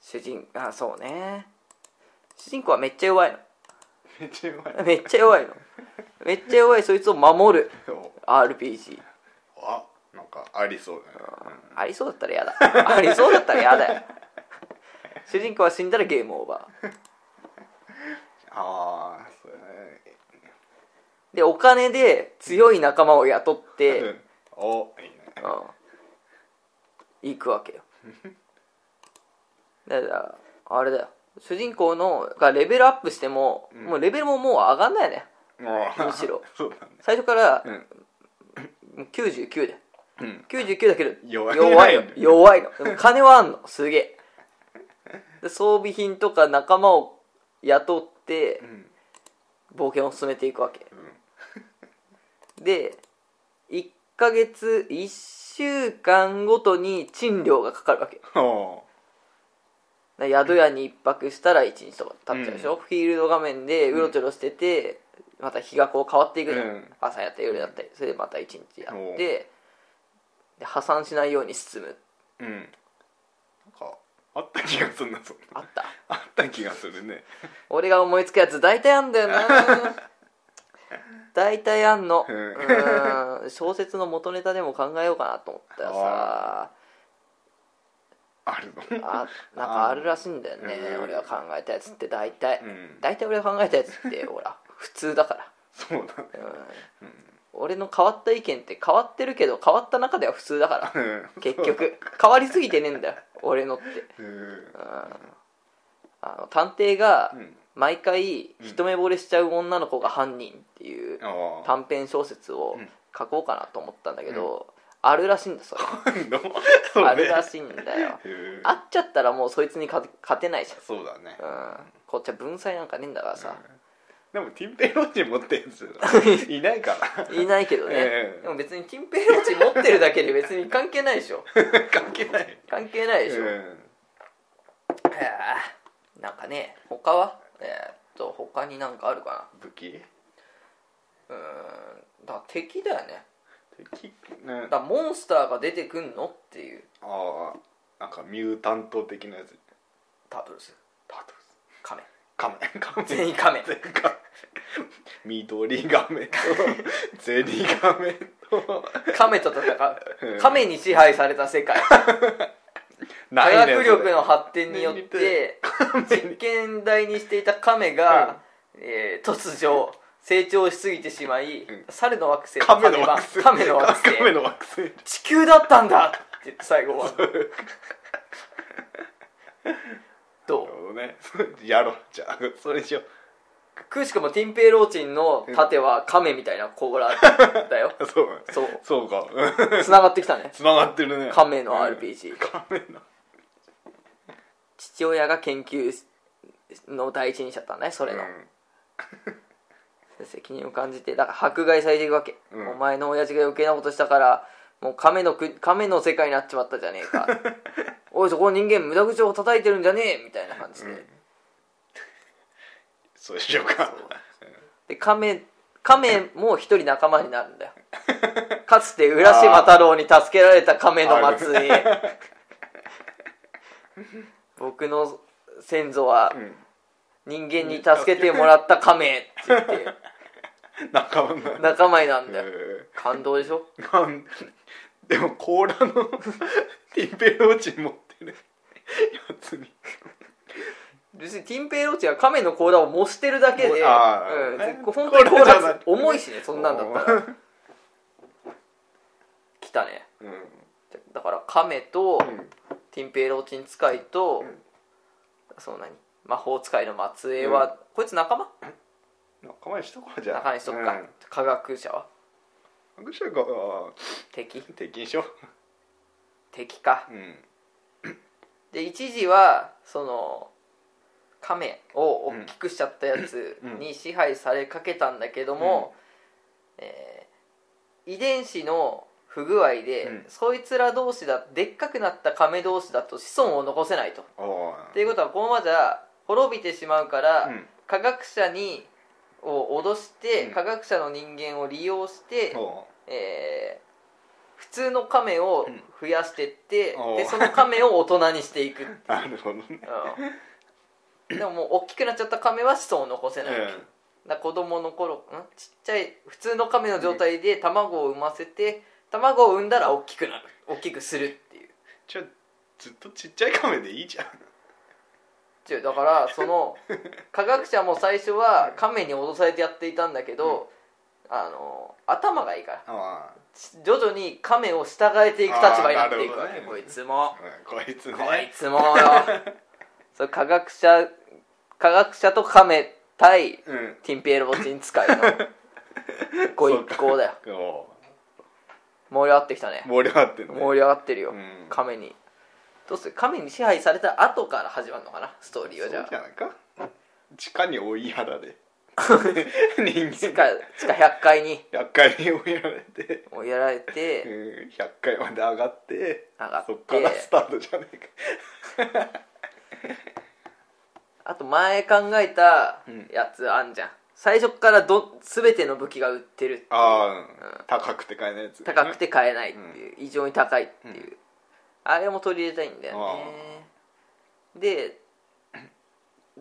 Speaker 1: 主人あそうね主人公はめっちゃ弱い
Speaker 2: めっちゃうまい
Speaker 1: のめっちゃ弱いのめっちゃ弱いそいつを守る
Speaker 2: そう
Speaker 1: RPG
Speaker 2: あなんかありそうだね
Speaker 1: ありそうだったら嫌だありそうだったら嫌だよ主人公は死んだらゲームオーバー
Speaker 2: ああそうだ
Speaker 1: でお金で強い仲間を雇って、
Speaker 2: ねうんおいいね
Speaker 1: うん行くわけよだからあれだよ主人公のがレベルアップしても、
Speaker 2: うん
Speaker 1: もうレベルももう上がんないねむ
Speaker 2: む
Speaker 1: しろ
Speaker 2: そうだね
Speaker 1: 最初から
Speaker 2: うん
Speaker 1: 99で
Speaker 2: うん
Speaker 1: 99だけど
Speaker 2: 弱い
Speaker 1: いの弱いのでも金はあんのすげえで装備品とか仲間を雇って
Speaker 2: うん
Speaker 1: 冒険を進めていくわけ
Speaker 2: うん
Speaker 1: で1ヶ月1週間ごとに賃料がかかるわけ
Speaker 2: お
Speaker 1: だから宿屋に一泊したら一日とか経っちゃうでしょ、フィールド画面でうろちょろしてて、また日がこう変わっていくじゃん、
Speaker 2: うん
Speaker 1: 朝やったり夜やったりそれでまた一日やってで破産しないように進む
Speaker 2: うんなんかあった気がするなそん
Speaker 1: あ
Speaker 2: な
Speaker 1: った
Speaker 2: あった気がするね
Speaker 1: 俺が思いつくやつ大体あんだよな 大体あんの
Speaker 2: うん
Speaker 1: うーん小説の元ネタでも考えようかなと思ったらさ
Speaker 2: あるの
Speaker 1: あなんかあるらしいんだよね
Speaker 2: うん
Speaker 1: 俺が考えたやつって大体、
Speaker 2: うん
Speaker 1: 大体俺が考えたやつってほら普通だから
Speaker 2: そうだね
Speaker 1: うん俺の変わった意見って変わってるけど変わった中では普通だから
Speaker 2: うん
Speaker 1: 結局変わりすぎてねえんだよ俺のって、
Speaker 2: うん
Speaker 1: うん、あの探偵が
Speaker 2: うん
Speaker 1: 毎回一目惚れしちゃう女の子が犯人っていう
Speaker 2: あ あ
Speaker 1: 短編小説を
Speaker 2: うん
Speaker 1: 書こうかなと思ったんだけど、あるらしいんだそれ
Speaker 2: 今度 そう ね
Speaker 1: ある らしいんだよ
Speaker 2: うん
Speaker 1: 会っちゃったらもうそいつに勝て勝てないじ
Speaker 2: そうだね
Speaker 1: ゃん、うん、こっちは文才なんかねえんだからさ、
Speaker 2: でもティンペイロッチ持ってるやつ いないから
Speaker 1: いないけどね、
Speaker 2: ええ
Speaker 1: でも別に金平ロチ持ってるだけで別に関係ないでしょ
Speaker 2: 関係ない
Speaker 1: 関係ないでしょ、
Speaker 2: うん
Speaker 1: えーなんかね他はえーっと他になんかあるか
Speaker 2: 武器
Speaker 1: なうーんだから敵だよね
Speaker 2: 敵ね
Speaker 1: だからモンスターが出てくんのっていう
Speaker 2: ああなんかミュータント的なやつ
Speaker 1: タブルス
Speaker 2: タトゥー
Speaker 1: カメ
Speaker 2: カメカ メ
Speaker 1: 全員 カメ
Speaker 2: 全員カメ緑ガメ とゼリガメと
Speaker 1: カメと戦
Speaker 2: う
Speaker 1: うんカメに支配された世界科
Speaker 2: ないね
Speaker 1: 学力の発展によっ
Speaker 2: それ
Speaker 1: て実験台にしていたカメが、えー突如成長しすぎてしまい、
Speaker 2: ん
Speaker 1: 猿の惑星
Speaker 2: カメの惑星
Speaker 1: カメの惑星
Speaker 2: カメの惑星
Speaker 1: 地球だったんだって言って最後 はどう
Speaker 2: なるほどねそれやろうじゃあそれにしよ
Speaker 1: くしくもティンペイローチンの盾は亀みたいな甲羅だよ
Speaker 2: うそうだね
Speaker 1: そう
Speaker 2: そうかうん
Speaker 1: つながってきたね
Speaker 2: つながってるね
Speaker 1: 亀の
Speaker 2: うん
Speaker 1: RPG
Speaker 2: カメの
Speaker 1: 父親が研究の第一人者だったんだねそれの、責任を感じてだから迫害されていくわけ、
Speaker 2: うん
Speaker 1: お前の親父が余計なことしたからもう亀の国亀の世界になっちまったじゃねえ かおいそこの人間無駄口を叩いてるんじゃねえみたいな感じで、
Speaker 2: うんそうしようか
Speaker 1: で亀亀も一人仲間になるん だよかつて浦島太郎に助けられた亀の末裔僕の先祖は
Speaker 2: うん
Speaker 1: 人間に助けてもらった亀って言って
Speaker 2: 仲間が
Speaker 1: 仲間になんだよ
Speaker 2: え
Speaker 1: 感動でしょ
Speaker 2: ーなんでも甲羅の ティンペイローチン持ってるやつに
Speaker 1: 別にティンペイローチが亀の甲羅を模してるだけで、
Speaker 2: もあー
Speaker 1: うん
Speaker 2: ね
Speaker 1: 絶本当に甲
Speaker 2: 甲羅じゃな
Speaker 1: 羅
Speaker 2: くて
Speaker 1: 重いしねそんなんだったら来たね
Speaker 2: うん、
Speaker 1: だから亀と
Speaker 2: うん
Speaker 1: ティンペイローチン使いと、
Speaker 2: うん
Speaker 1: その何魔法使いの末裔は、
Speaker 2: うん
Speaker 1: こいつ仲間
Speaker 2: 仲間にしとこうじゃん
Speaker 1: 仲間にしとくか、
Speaker 2: うん
Speaker 1: 科学者は
Speaker 2: 白書があ
Speaker 1: 敵
Speaker 2: ー敵にしよ
Speaker 1: 敵か
Speaker 2: う、うん、
Speaker 1: で一時はその亀を大きくしちゃったやつに支配されかけたんだけども、えー遺伝子の不具合で、
Speaker 2: うん
Speaker 1: そいつら同士だでっかくなった亀同士だと子孫を残せないと。
Speaker 2: ああ
Speaker 1: っていうことはこのままじゃ滅びてしまうから、
Speaker 2: うん
Speaker 1: 科学者にを脅して、
Speaker 2: うん
Speaker 1: 科学者の人間を利用して、
Speaker 2: お
Speaker 1: えー普通の亀を増やしてって、
Speaker 2: うんお
Speaker 1: で
Speaker 2: う
Speaker 1: その亀を大人にしていくっていう
Speaker 2: うなるほどね、
Speaker 1: うんでももう大きくなっちゃった亀は子孫を残せない、だか
Speaker 2: う、
Speaker 1: ら子供の頃んちっちゃい普通の亀の状態で卵を産ませて卵を産んだら大きくなる大きくするっていうん
Speaker 2: じゃあずっとちっちゃい亀でいいじゃん
Speaker 1: ちゅだからそ の科学者も最初は亀に脅されてやっていたんだけど、あの頭がいいから
Speaker 2: あ
Speaker 1: 徐々に亀を従えていく立場になっていくわ
Speaker 2: あーな
Speaker 1: け、
Speaker 2: るほ
Speaker 1: こ
Speaker 2: どね
Speaker 1: いつも
Speaker 2: あ、うんこいつね
Speaker 1: こいつもよそう科学者科学者と亀対
Speaker 2: うん
Speaker 1: ティンペイロボチン使いの ご一行だよ
Speaker 2: お
Speaker 1: 盛り上がってきたね
Speaker 2: う盛り上がってんのね
Speaker 1: 盛り上がってるよ、
Speaker 2: うん
Speaker 1: 亀にどうする亀に支配された後から始まるのかなストーリーはじ
Speaker 2: そう
Speaker 1: ゃ
Speaker 2: じゃないか地下に追いやら れ
Speaker 1: あ地
Speaker 2: 人
Speaker 1: 下
Speaker 2: 間
Speaker 1: 地下100階に
Speaker 2: 100階に追いやられて、
Speaker 1: 追いやられ
Speaker 2: う
Speaker 1: て
Speaker 2: ん、100階まで上がって
Speaker 1: 上がって
Speaker 2: そっからスタートじゃないか
Speaker 1: あと前考えた
Speaker 2: うん
Speaker 1: やつあんじゃん最初からど全ての武器が売ってる
Speaker 2: ああ、
Speaker 1: うん
Speaker 2: 高くて買えないやつ
Speaker 1: 高くて買えないっていう、異常に高いっていう、あれも取り入れたいんだよねで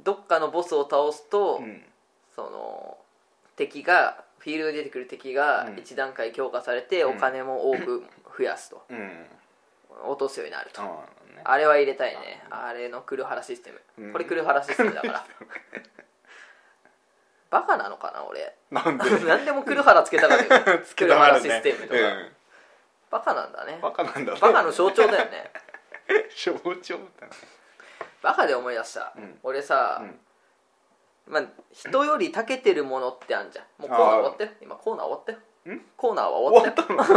Speaker 1: どっかのボスを倒すと、
Speaker 2: うん
Speaker 1: その敵がフィールドに出てくる敵が
Speaker 2: うん
Speaker 1: 一段階強化されて、
Speaker 2: うん
Speaker 1: お金も多く増やすと、
Speaker 2: うん
Speaker 1: 落とすようになると、
Speaker 2: ああね
Speaker 1: あれは入れたいねあれのクルハラシステム、
Speaker 2: うん
Speaker 1: これクルハラシステムだから バカなのかな俺
Speaker 2: なんで
Speaker 1: 何でもクルハラつけたから
Speaker 2: つ
Speaker 1: ク
Speaker 2: け
Speaker 1: ル
Speaker 2: た
Speaker 1: ハ
Speaker 2: が
Speaker 1: ラ
Speaker 2: る
Speaker 1: シ
Speaker 2: ね
Speaker 1: ステムとか、
Speaker 2: う
Speaker 1: バカなんだね
Speaker 2: ん、バカなんだね
Speaker 1: バカ の象徴だよね
Speaker 2: 象徴だな
Speaker 1: バカで思い出した、
Speaker 2: うん
Speaker 1: 俺さ、まあ、人より長けてるものってあんじゃんもうコーナー終わったよ今コーナー終わったよ
Speaker 2: ん
Speaker 1: コーナーは終わっ
Speaker 2: 終
Speaker 1: た
Speaker 2: わ
Speaker 1: よ
Speaker 2: った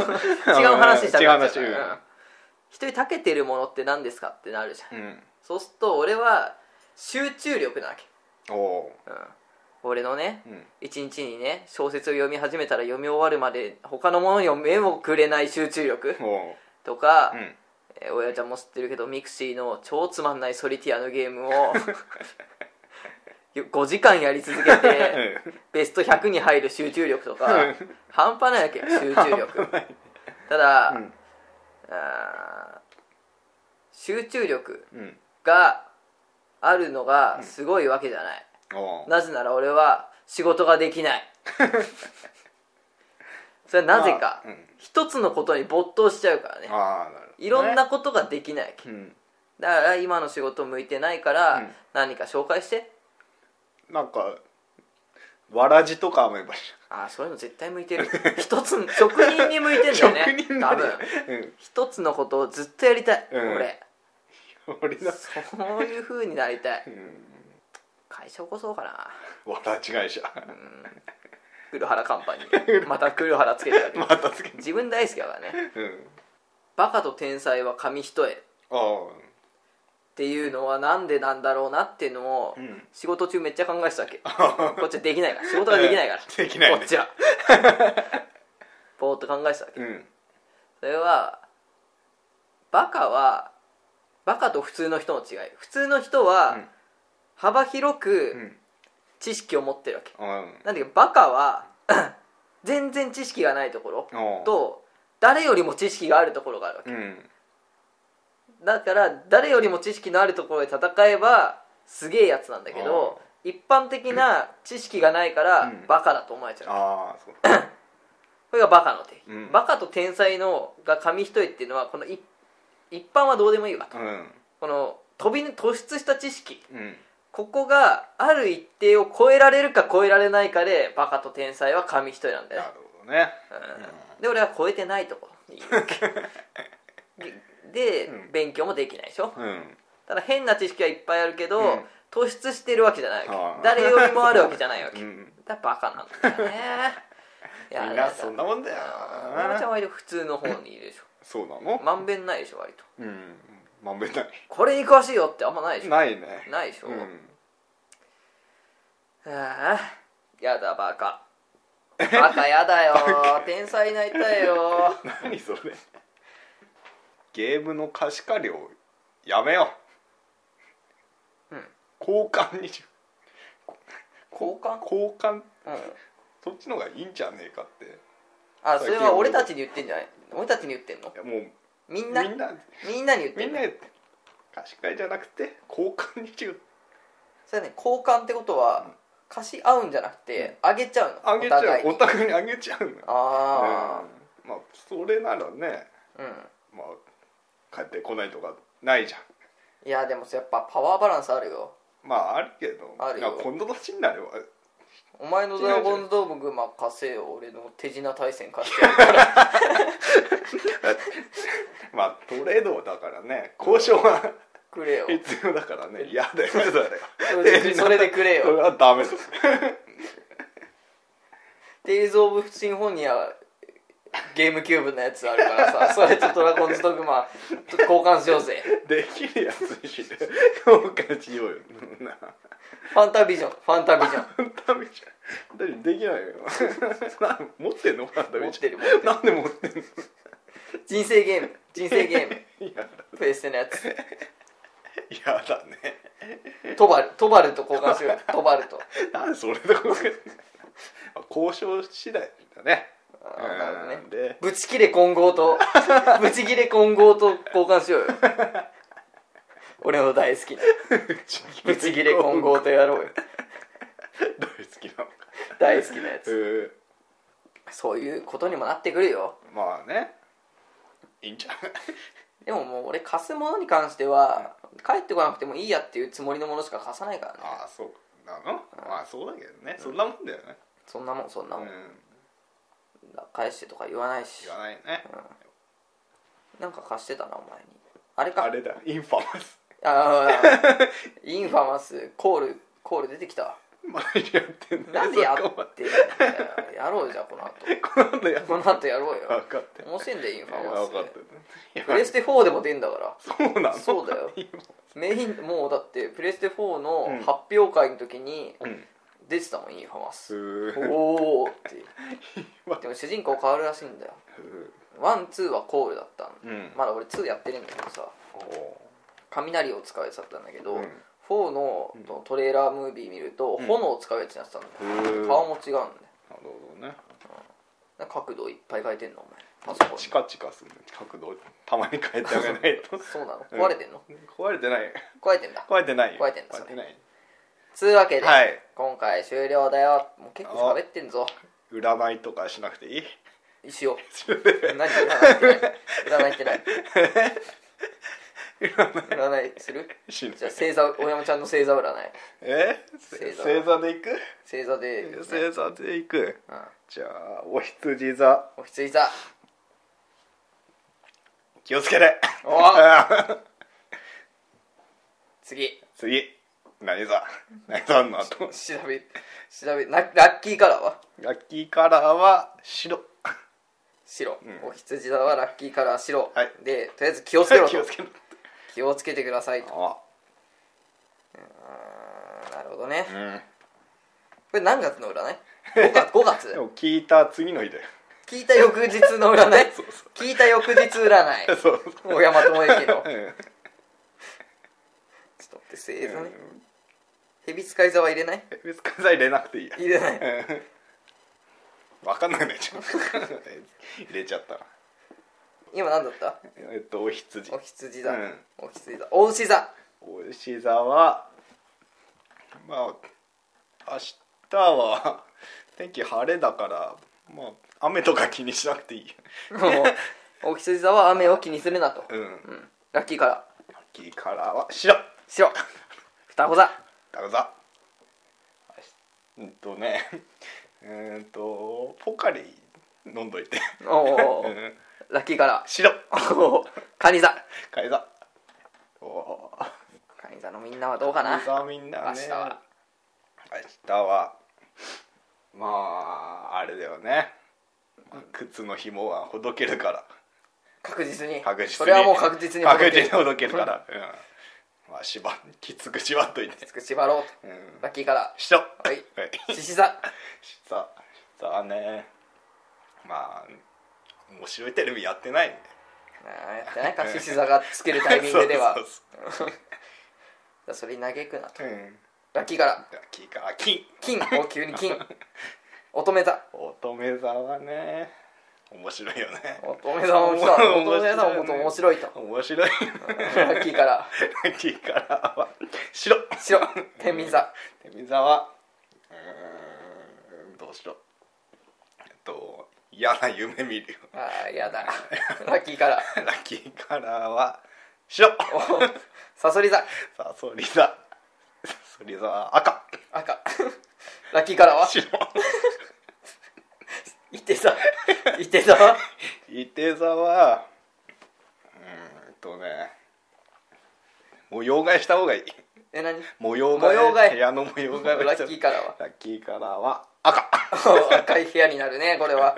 Speaker 2: の
Speaker 1: 違 う話した
Speaker 2: 違う
Speaker 1: らなっ
Speaker 2: 話
Speaker 1: ちゃうからうん人に長けてるものって何ですかってなるじゃん、
Speaker 2: うん、うん、
Speaker 1: そうすると俺は集中力なわけ、
Speaker 2: おお
Speaker 1: うん、俺のね
Speaker 2: ー、うん、
Speaker 1: 一日にね小説を読み始めたら読み終わるまで他のものにも目もくれない集中力
Speaker 2: おお
Speaker 1: とか、
Speaker 2: ーうん
Speaker 1: えー親ちゃんも知ってるけどミクシーの超つまんないソリティアのゲーム を 5時間やり続けてベスト100に入る集中力とか
Speaker 2: うん
Speaker 1: 半端ないわけよ集中力
Speaker 2: 半端ない
Speaker 1: ただ、
Speaker 2: うん
Speaker 1: あー集中力
Speaker 2: うん
Speaker 1: があるのがすごいわけじゃない、
Speaker 2: おー
Speaker 1: なぜなら俺は仕事ができ ないそれはなぜか、
Speaker 2: まあうん
Speaker 1: 一つのことに没頭しちゃうからね
Speaker 2: ああなるほどね
Speaker 1: いろんなことができないわけ
Speaker 2: うん
Speaker 1: だから今の仕事向いてないから、
Speaker 2: うん
Speaker 1: 何か紹介して
Speaker 2: なんかわらじとかもいばし
Speaker 1: ああそういうの絶対向いてる一つの職人に向いてんだよね
Speaker 2: 職人
Speaker 1: 多
Speaker 2: な
Speaker 1: 分
Speaker 2: うん
Speaker 1: 一つのことをずっとやりたい、
Speaker 2: うん
Speaker 1: 俺
Speaker 2: 俺だ
Speaker 1: そういう風になりたい
Speaker 2: うん
Speaker 1: 会社起こそうかな
Speaker 2: わらじ会社
Speaker 1: 黒原カンパニーまた黒原つけてやる
Speaker 2: またつけ
Speaker 1: 自分大好きだからね
Speaker 2: うん
Speaker 1: バカと天才は紙一重っ
Speaker 2: ああ
Speaker 1: ていうのはなんでなんだろうなっていうのを、
Speaker 2: うん
Speaker 1: 仕事中めっちゃ考えてたわけこっちはできないから仕事ができないから
Speaker 2: できないね
Speaker 1: こっちはぼーっと考えてたわけ
Speaker 2: うん
Speaker 1: それはバカはバカと普通の人の違い普通の人は
Speaker 2: うん
Speaker 1: 幅広
Speaker 2: う
Speaker 1: く
Speaker 2: ん
Speaker 1: 知識を持ってるわけ、
Speaker 2: うん
Speaker 1: なんだけどバカは 全然知識がないところ
Speaker 2: おー
Speaker 1: と誰よりも知識があるところがあるわけ
Speaker 2: うん
Speaker 1: だから誰よりも知識のあるところで戦えばすげえやつなんだけど一般的な知識がないから、
Speaker 2: うん
Speaker 1: バカだと思われちゃう
Speaker 2: ああそうか
Speaker 1: これがバカの定義、
Speaker 2: うん
Speaker 1: バカと天才のが紙一重っていうのはこの一一般はどうでもいいわと、
Speaker 2: うん
Speaker 1: この飛びぬ突出した知識
Speaker 2: うん
Speaker 1: ここがある一定を超えられるか超えられないかでバカと天才は紙一重なんだよ
Speaker 2: な
Speaker 1: ね
Speaker 2: るほどね
Speaker 1: うんで俺は超えてない とこにいるわけでで、
Speaker 2: うん
Speaker 1: 勉強もできないでしょ
Speaker 2: うん
Speaker 1: ただ変な知識はいっぱいあるけど、
Speaker 2: うん
Speaker 1: 突出してるわけじゃない
Speaker 2: は
Speaker 1: わ
Speaker 2: あ
Speaker 1: け誰よりもあるわけじゃないわけ
Speaker 2: うん
Speaker 1: だからバカなんだよねい
Speaker 2: みん
Speaker 1: あ
Speaker 2: な
Speaker 1: れ
Speaker 2: そんなもんだよ
Speaker 1: あのちゃんは割と普通の方にいるでしょ
Speaker 2: そうなの
Speaker 1: まんべんないでしょ割と
Speaker 2: うんまんべんな
Speaker 1: これに詳しいよってあんまないでし
Speaker 2: い
Speaker 1: ょ
Speaker 2: ないね
Speaker 1: ないでしょ、
Speaker 2: う
Speaker 1: は
Speaker 2: ん
Speaker 1: あやだバ カバカやだよ天才になりたい よ
Speaker 2: 何それゲームの貸し借りをやめよう、
Speaker 1: うん
Speaker 2: 交換にし
Speaker 1: 交換
Speaker 2: 交換
Speaker 1: うん
Speaker 2: そっちの方がいいんじゃねえかってい
Speaker 1: あそれは俺たちに言ってんじゃない俺たちに言ってんの
Speaker 2: やもう
Speaker 1: みんな
Speaker 2: みんな
Speaker 1: みんなに言ってん
Speaker 2: みん
Speaker 1: の
Speaker 2: な貸し借りじゃなくて交換にしよう
Speaker 1: それはね交換ってことは
Speaker 2: うん
Speaker 1: 貸し合うんじゃなくてあげちゃうの
Speaker 2: あげちゃう
Speaker 1: お
Speaker 2: お
Speaker 1: 互いに
Speaker 2: 互いにあげちゃうの
Speaker 1: あ
Speaker 2: うんまあそれならね
Speaker 1: あうん
Speaker 2: まあ帰ってこないとかないじゃん
Speaker 1: いやでもやっぱパワーバランスあるよ
Speaker 2: まああるけど
Speaker 1: あるよ
Speaker 2: いやこんな年になれば
Speaker 1: お前のドラゴンズドームグマ貸せよ俺の手品対戦貸してやるから
Speaker 2: まあトレードだからね交渉は
Speaker 1: く れよ
Speaker 2: 必要だからね嫌だよそれ
Speaker 1: それでそれでくれ
Speaker 2: それ
Speaker 1: よ
Speaker 2: はダメです
Speaker 1: テイズ・オブ・シンフォニアゲームキューブのやつあるから さそれとドラゴンズドグマちょっと交換しようぜ
Speaker 2: できるやつにして 交換しようよな
Speaker 1: ファンタビジョンファンタビジョン
Speaker 2: ダメじゃんだってできないよ な持ってんのダメ
Speaker 1: 持っ
Speaker 2: じ
Speaker 1: てる持っ
Speaker 2: ゃん
Speaker 1: てる
Speaker 2: なんで持ってんの
Speaker 1: 人生ゲーム人生ゲーム
Speaker 2: いや
Speaker 1: プレステのやつ
Speaker 2: やだね
Speaker 1: トバルトバルと交換しようよトバルと
Speaker 2: なんでそれで交換 まあ交渉次第だ ね
Speaker 1: あーなるほど
Speaker 2: う
Speaker 1: ね
Speaker 2: んで
Speaker 1: ブチ切れ混合と ブチ切れ混合と交換しようよ俺の大好きなブチ切れ混 合とやろうよ
Speaker 2: 大好きなのか
Speaker 1: 大好きなや
Speaker 2: う
Speaker 1: つ
Speaker 2: ー
Speaker 1: そういうことにもなってくるよ
Speaker 2: まあねいいんじゃない
Speaker 1: でももう俺貸すものに関しては帰ってこなくてもいいやっていうつもりのものしか貸さないからね
Speaker 2: ああそうなのまあそうだけどねそんなもんだよね
Speaker 1: そんなもんそんな
Speaker 2: う
Speaker 1: もん、
Speaker 2: ん
Speaker 1: 返してとか言わないし
Speaker 2: 言わないね
Speaker 1: なんか貸してたなお前にあれか
Speaker 2: あれだインファ マス
Speaker 1: あ ーインファマスコールコール出てきたわ
Speaker 2: 毎日やってんだよ
Speaker 1: なんでやっ
Speaker 2: そこま
Speaker 1: てん だよやろうよじゃあこの後
Speaker 2: この後やっ
Speaker 1: この後やろうよ
Speaker 2: 分かって
Speaker 1: 面白いんだよインファマ
Speaker 2: 分
Speaker 1: ス
Speaker 2: かってる
Speaker 1: プレステ4でも出んだから
Speaker 2: そうなの
Speaker 1: そうだよ
Speaker 2: 今
Speaker 1: メインもうだってプレステ4
Speaker 2: う
Speaker 1: の
Speaker 2: ん
Speaker 1: 発表会の時に
Speaker 2: うん
Speaker 1: 出てたもんインファマス
Speaker 2: すー
Speaker 1: おおって
Speaker 2: 今
Speaker 1: でも主人公変わるらしいんだよワンツーはコールだったの
Speaker 2: うん
Speaker 1: まだ俺2やってるんだけどさ
Speaker 2: お
Speaker 1: 雷を使うやつだったんだけど、
Speaker 2: うん
Speaker 1: 4のトレーラームービー見ると
Speaker 2: うん
Speaker 1: 炎を使うやつになってたんだよ、
Speaker 2: ーなる
Speaker 1: 顔
Speaker 2: ほ
Speaker 1: も違うんだよ
Speaker 2: どね
Speaker 1: なんか角度いっぱい変えてんのお前パソコン
Speaker 2: チカチカするの角度たまに変えてあげな いと
Speaker 1: そうなの
Speaker 2: うん
Speaker 1: 壊れてんの、
Speaker 2: 壊れてない
Speaker 1: 壊れてんだ
Speaker 2: 壊れてないよ
Speaker 1: 壊れてんだ
Speaker 2: 壊れてない
Speaker 1: つうわけで、
Speaker 2: はい
Speaker 1: 今回終了だよもう結構喋ってんぞ
Speaker 2: 占いとかしなくて いい
Speaker 1: 一応何占いって ない占いってない占いする
Speaker 2: しない
Speaker 1: じゃあ星座大山ちゃんの星座占い
Speaker 2: え
Speaker 1: 星座
Speaker 2: 星座で行く
Speaker 1: 星座で、ね、
Speaker 2: 星座で行く
Speaker 1: うん
Speaker 2: じゃあお羊座
Speaker 1: おひつい座
Speaker 2: 気をつけれ
Speaker 1: お次
Speaker 2: 次何座何座の後
Speaker 1: 調べ調べなラッキーカラーは
Speaker 2: ラッキーカラーは白
Speaker 1: 白、
Speaker 2: ん
Speaker 1: おひつじ座はラッキーカラー白、
Speaker 2: はい
Speaker 1: でとりあえず気をつけろと
Speaker 2: 気をつけろ
Speaker 1: 気をつけてくださいと
Speaker 2: あ
Speaker 1: あーなるほどね
Speaker 2: う
Speaker 1: こ
Speaker 2: ん
Speaker 1: れ何月の 占い5月 ,5 月
Speaker 2: でも聞いた次 の日だよ
Speaker 1: 聞いた翌日の占 い聞いた翌日占い
Speaker 2: そうそう
Speaker 1: 大山智之のちょっと待
Speaker 2: うん
Speaker 1: って星座ね蛇使い座は入れない
Speaker 2: 別に関西入れなくていいや
Speaker 1: 入れない
Speaker 2: うんわかんなくなっ ちゃう入れちゃったら
Speaker 1: 今何だった
Speaker 2: えっとお羊
Speaker 1: お羊座、
Speaker 2: うん
Speaker 1: お羊座お牛座
Speaker 2: お牛座はまあ明日は天気晴れだからまあ雨とか気にしなくていい
Speaker 1: お羊座は雨を気にするなと、
Speaker 2: うん
Speaker 1: うん、ラッキーから
Speaker 2: 秋からは白
Speaker 1: 白双子座
Speaker 2: だざうんとねうーんとポカリ飲んどいて
Speaker 1: おお
Speaker 2: うん
Speaker 1: ラッキーから
Speaker 2: 白
Speaker 1: カニ座
Speaker 2: カエザおー
Speaker 1: カニ座のみんなはどうかな
Speaker 2: カエザみんな
Speaker 1: 明
Speaker 2: ね
Speaker 1: 日は
Speaker 2: 明日はまああれだよね靴の紐はほどけるから
Speaker 1: 確実に
Speaker 2: 確実に
Speaker 1: それはもう確実に
Speaker 2: 確実にほどけるから、うん、まあ縛きつく縛っといて
Speaker 1: つく縛ろう
Speaker 2: うん
Speaker 1: とラッキーから
Speaker 2: 白
Speaker 1: はい
Speaker 2: はい
Speaker 1: 獅子座
Speaker 2: ささねまあ面白いテレビやってないね
Speaker 1: あーやってないか獅子座がつけるタイミングでは
Speaker 2: そうそう
Speaker 1: それに嘆くなと
Speaker 2: そううん
Speaker 1: ラッキーから
Speaker 2: 金から金
Speaker 1: 金お急に 金乙女座
Speaker 2: 乙女座はね面白いよね
Speaker 1: 乙女座も来た乙女座ももっと面白いと
Speaker 2: 面白い
Speaker 1: ラッキーから
Speaker 2: 金からは白
Speaker 1: 白天秤座
Speaker 2: 天秤座はうーんどうしろえっと嫌な夢見るよ
Speaker 1: ああやだラッキーから
Speaker 2: ラッキーカラーは白
Speaker 1: おサソリ座
Speaker 2: サソリ座サソリ座は赤
Speaker 1: 赤 ラッキーからは
Speaker 2: 白
Speaker 1: いて座いて座
Speaker 2: 伊手座はうーんとね模様替えした方がいい
Speaker 1: え何
Speaker 2: 模様替え
Speaker 1: 模様替え
Speaker 2: 部屋の模様替えを
Speaker 1: ラ
Speaker 2: した
Speaker 1: ッキーからは
Speaker 2: ラッキーカラーは赤
Speaker 1: 赤い部屋になるねこれは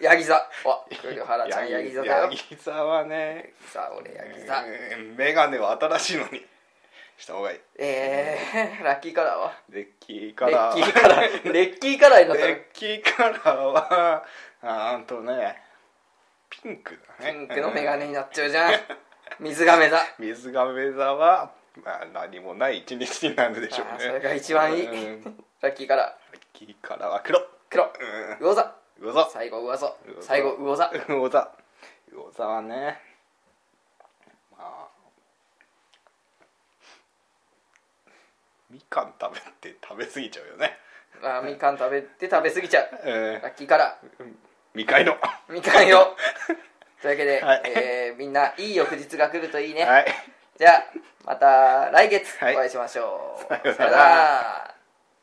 Speaker 1: ヤギ座わ栗原ちゃんヤギ座だよ
Speaker 2: ヤギ座はね
Speaker 1: さあ俺ヤギ座
Speaker 2: うんメガネは新しいのにした方がいい
Speaker 1: えー、 ラッキーカラーは
Speaker 2: レッキーカ
Speaker 1: レ
Speaker 2: ラ
Speaker 1: ッ
Speaker 2: ー
Speaker 1: キーカラーレッキーカラーになったら
Speaker 2: レッキーカラーはあーんとねピンクだ
Speaker 1: ピ
Speaker 2: ね
Speaker 1: ンクのメガネになっちゃうじゃん水亀座
Speaker 2: 水亀座は、まあ、何もない一日になるでしょう
Speaker 1: あー
Speaker 2: ね
Speaker 1: それが一番いい
Speaker 2: うん
Speaker 1: ラ
Speaker 2: ラッ
Speaker 1: ッキーカラー
Speaker 2: キーカラーは黒
Speaker 1: 黒魚座
Speaker 2: うん魚座
Speaker 1: 最後魚座
Speaker 2: 魚座
Speaker 1: 最後魚座
Speaker 2: 魚座魚座はねまあみかん食べて食べ過ぎちゃうよね
Speaker 1: あーみかん食べて食べ過ぎちゃう
Speaker 2: え
Speaker 1: ラッキーカラ
Speaker 2: ー、未開の
Speaker 1: ーみかんよというわけで、
Speaker 2: はい
Speaker 1: えーみんないい翌日が来るといいね、
Speaker 2: はい
Speaker 1: じゃあまた来月お
Speaker 2: はい
Speaker 1: 会いしましょう、
Speaker 2: さようなら
Speaker 1: ら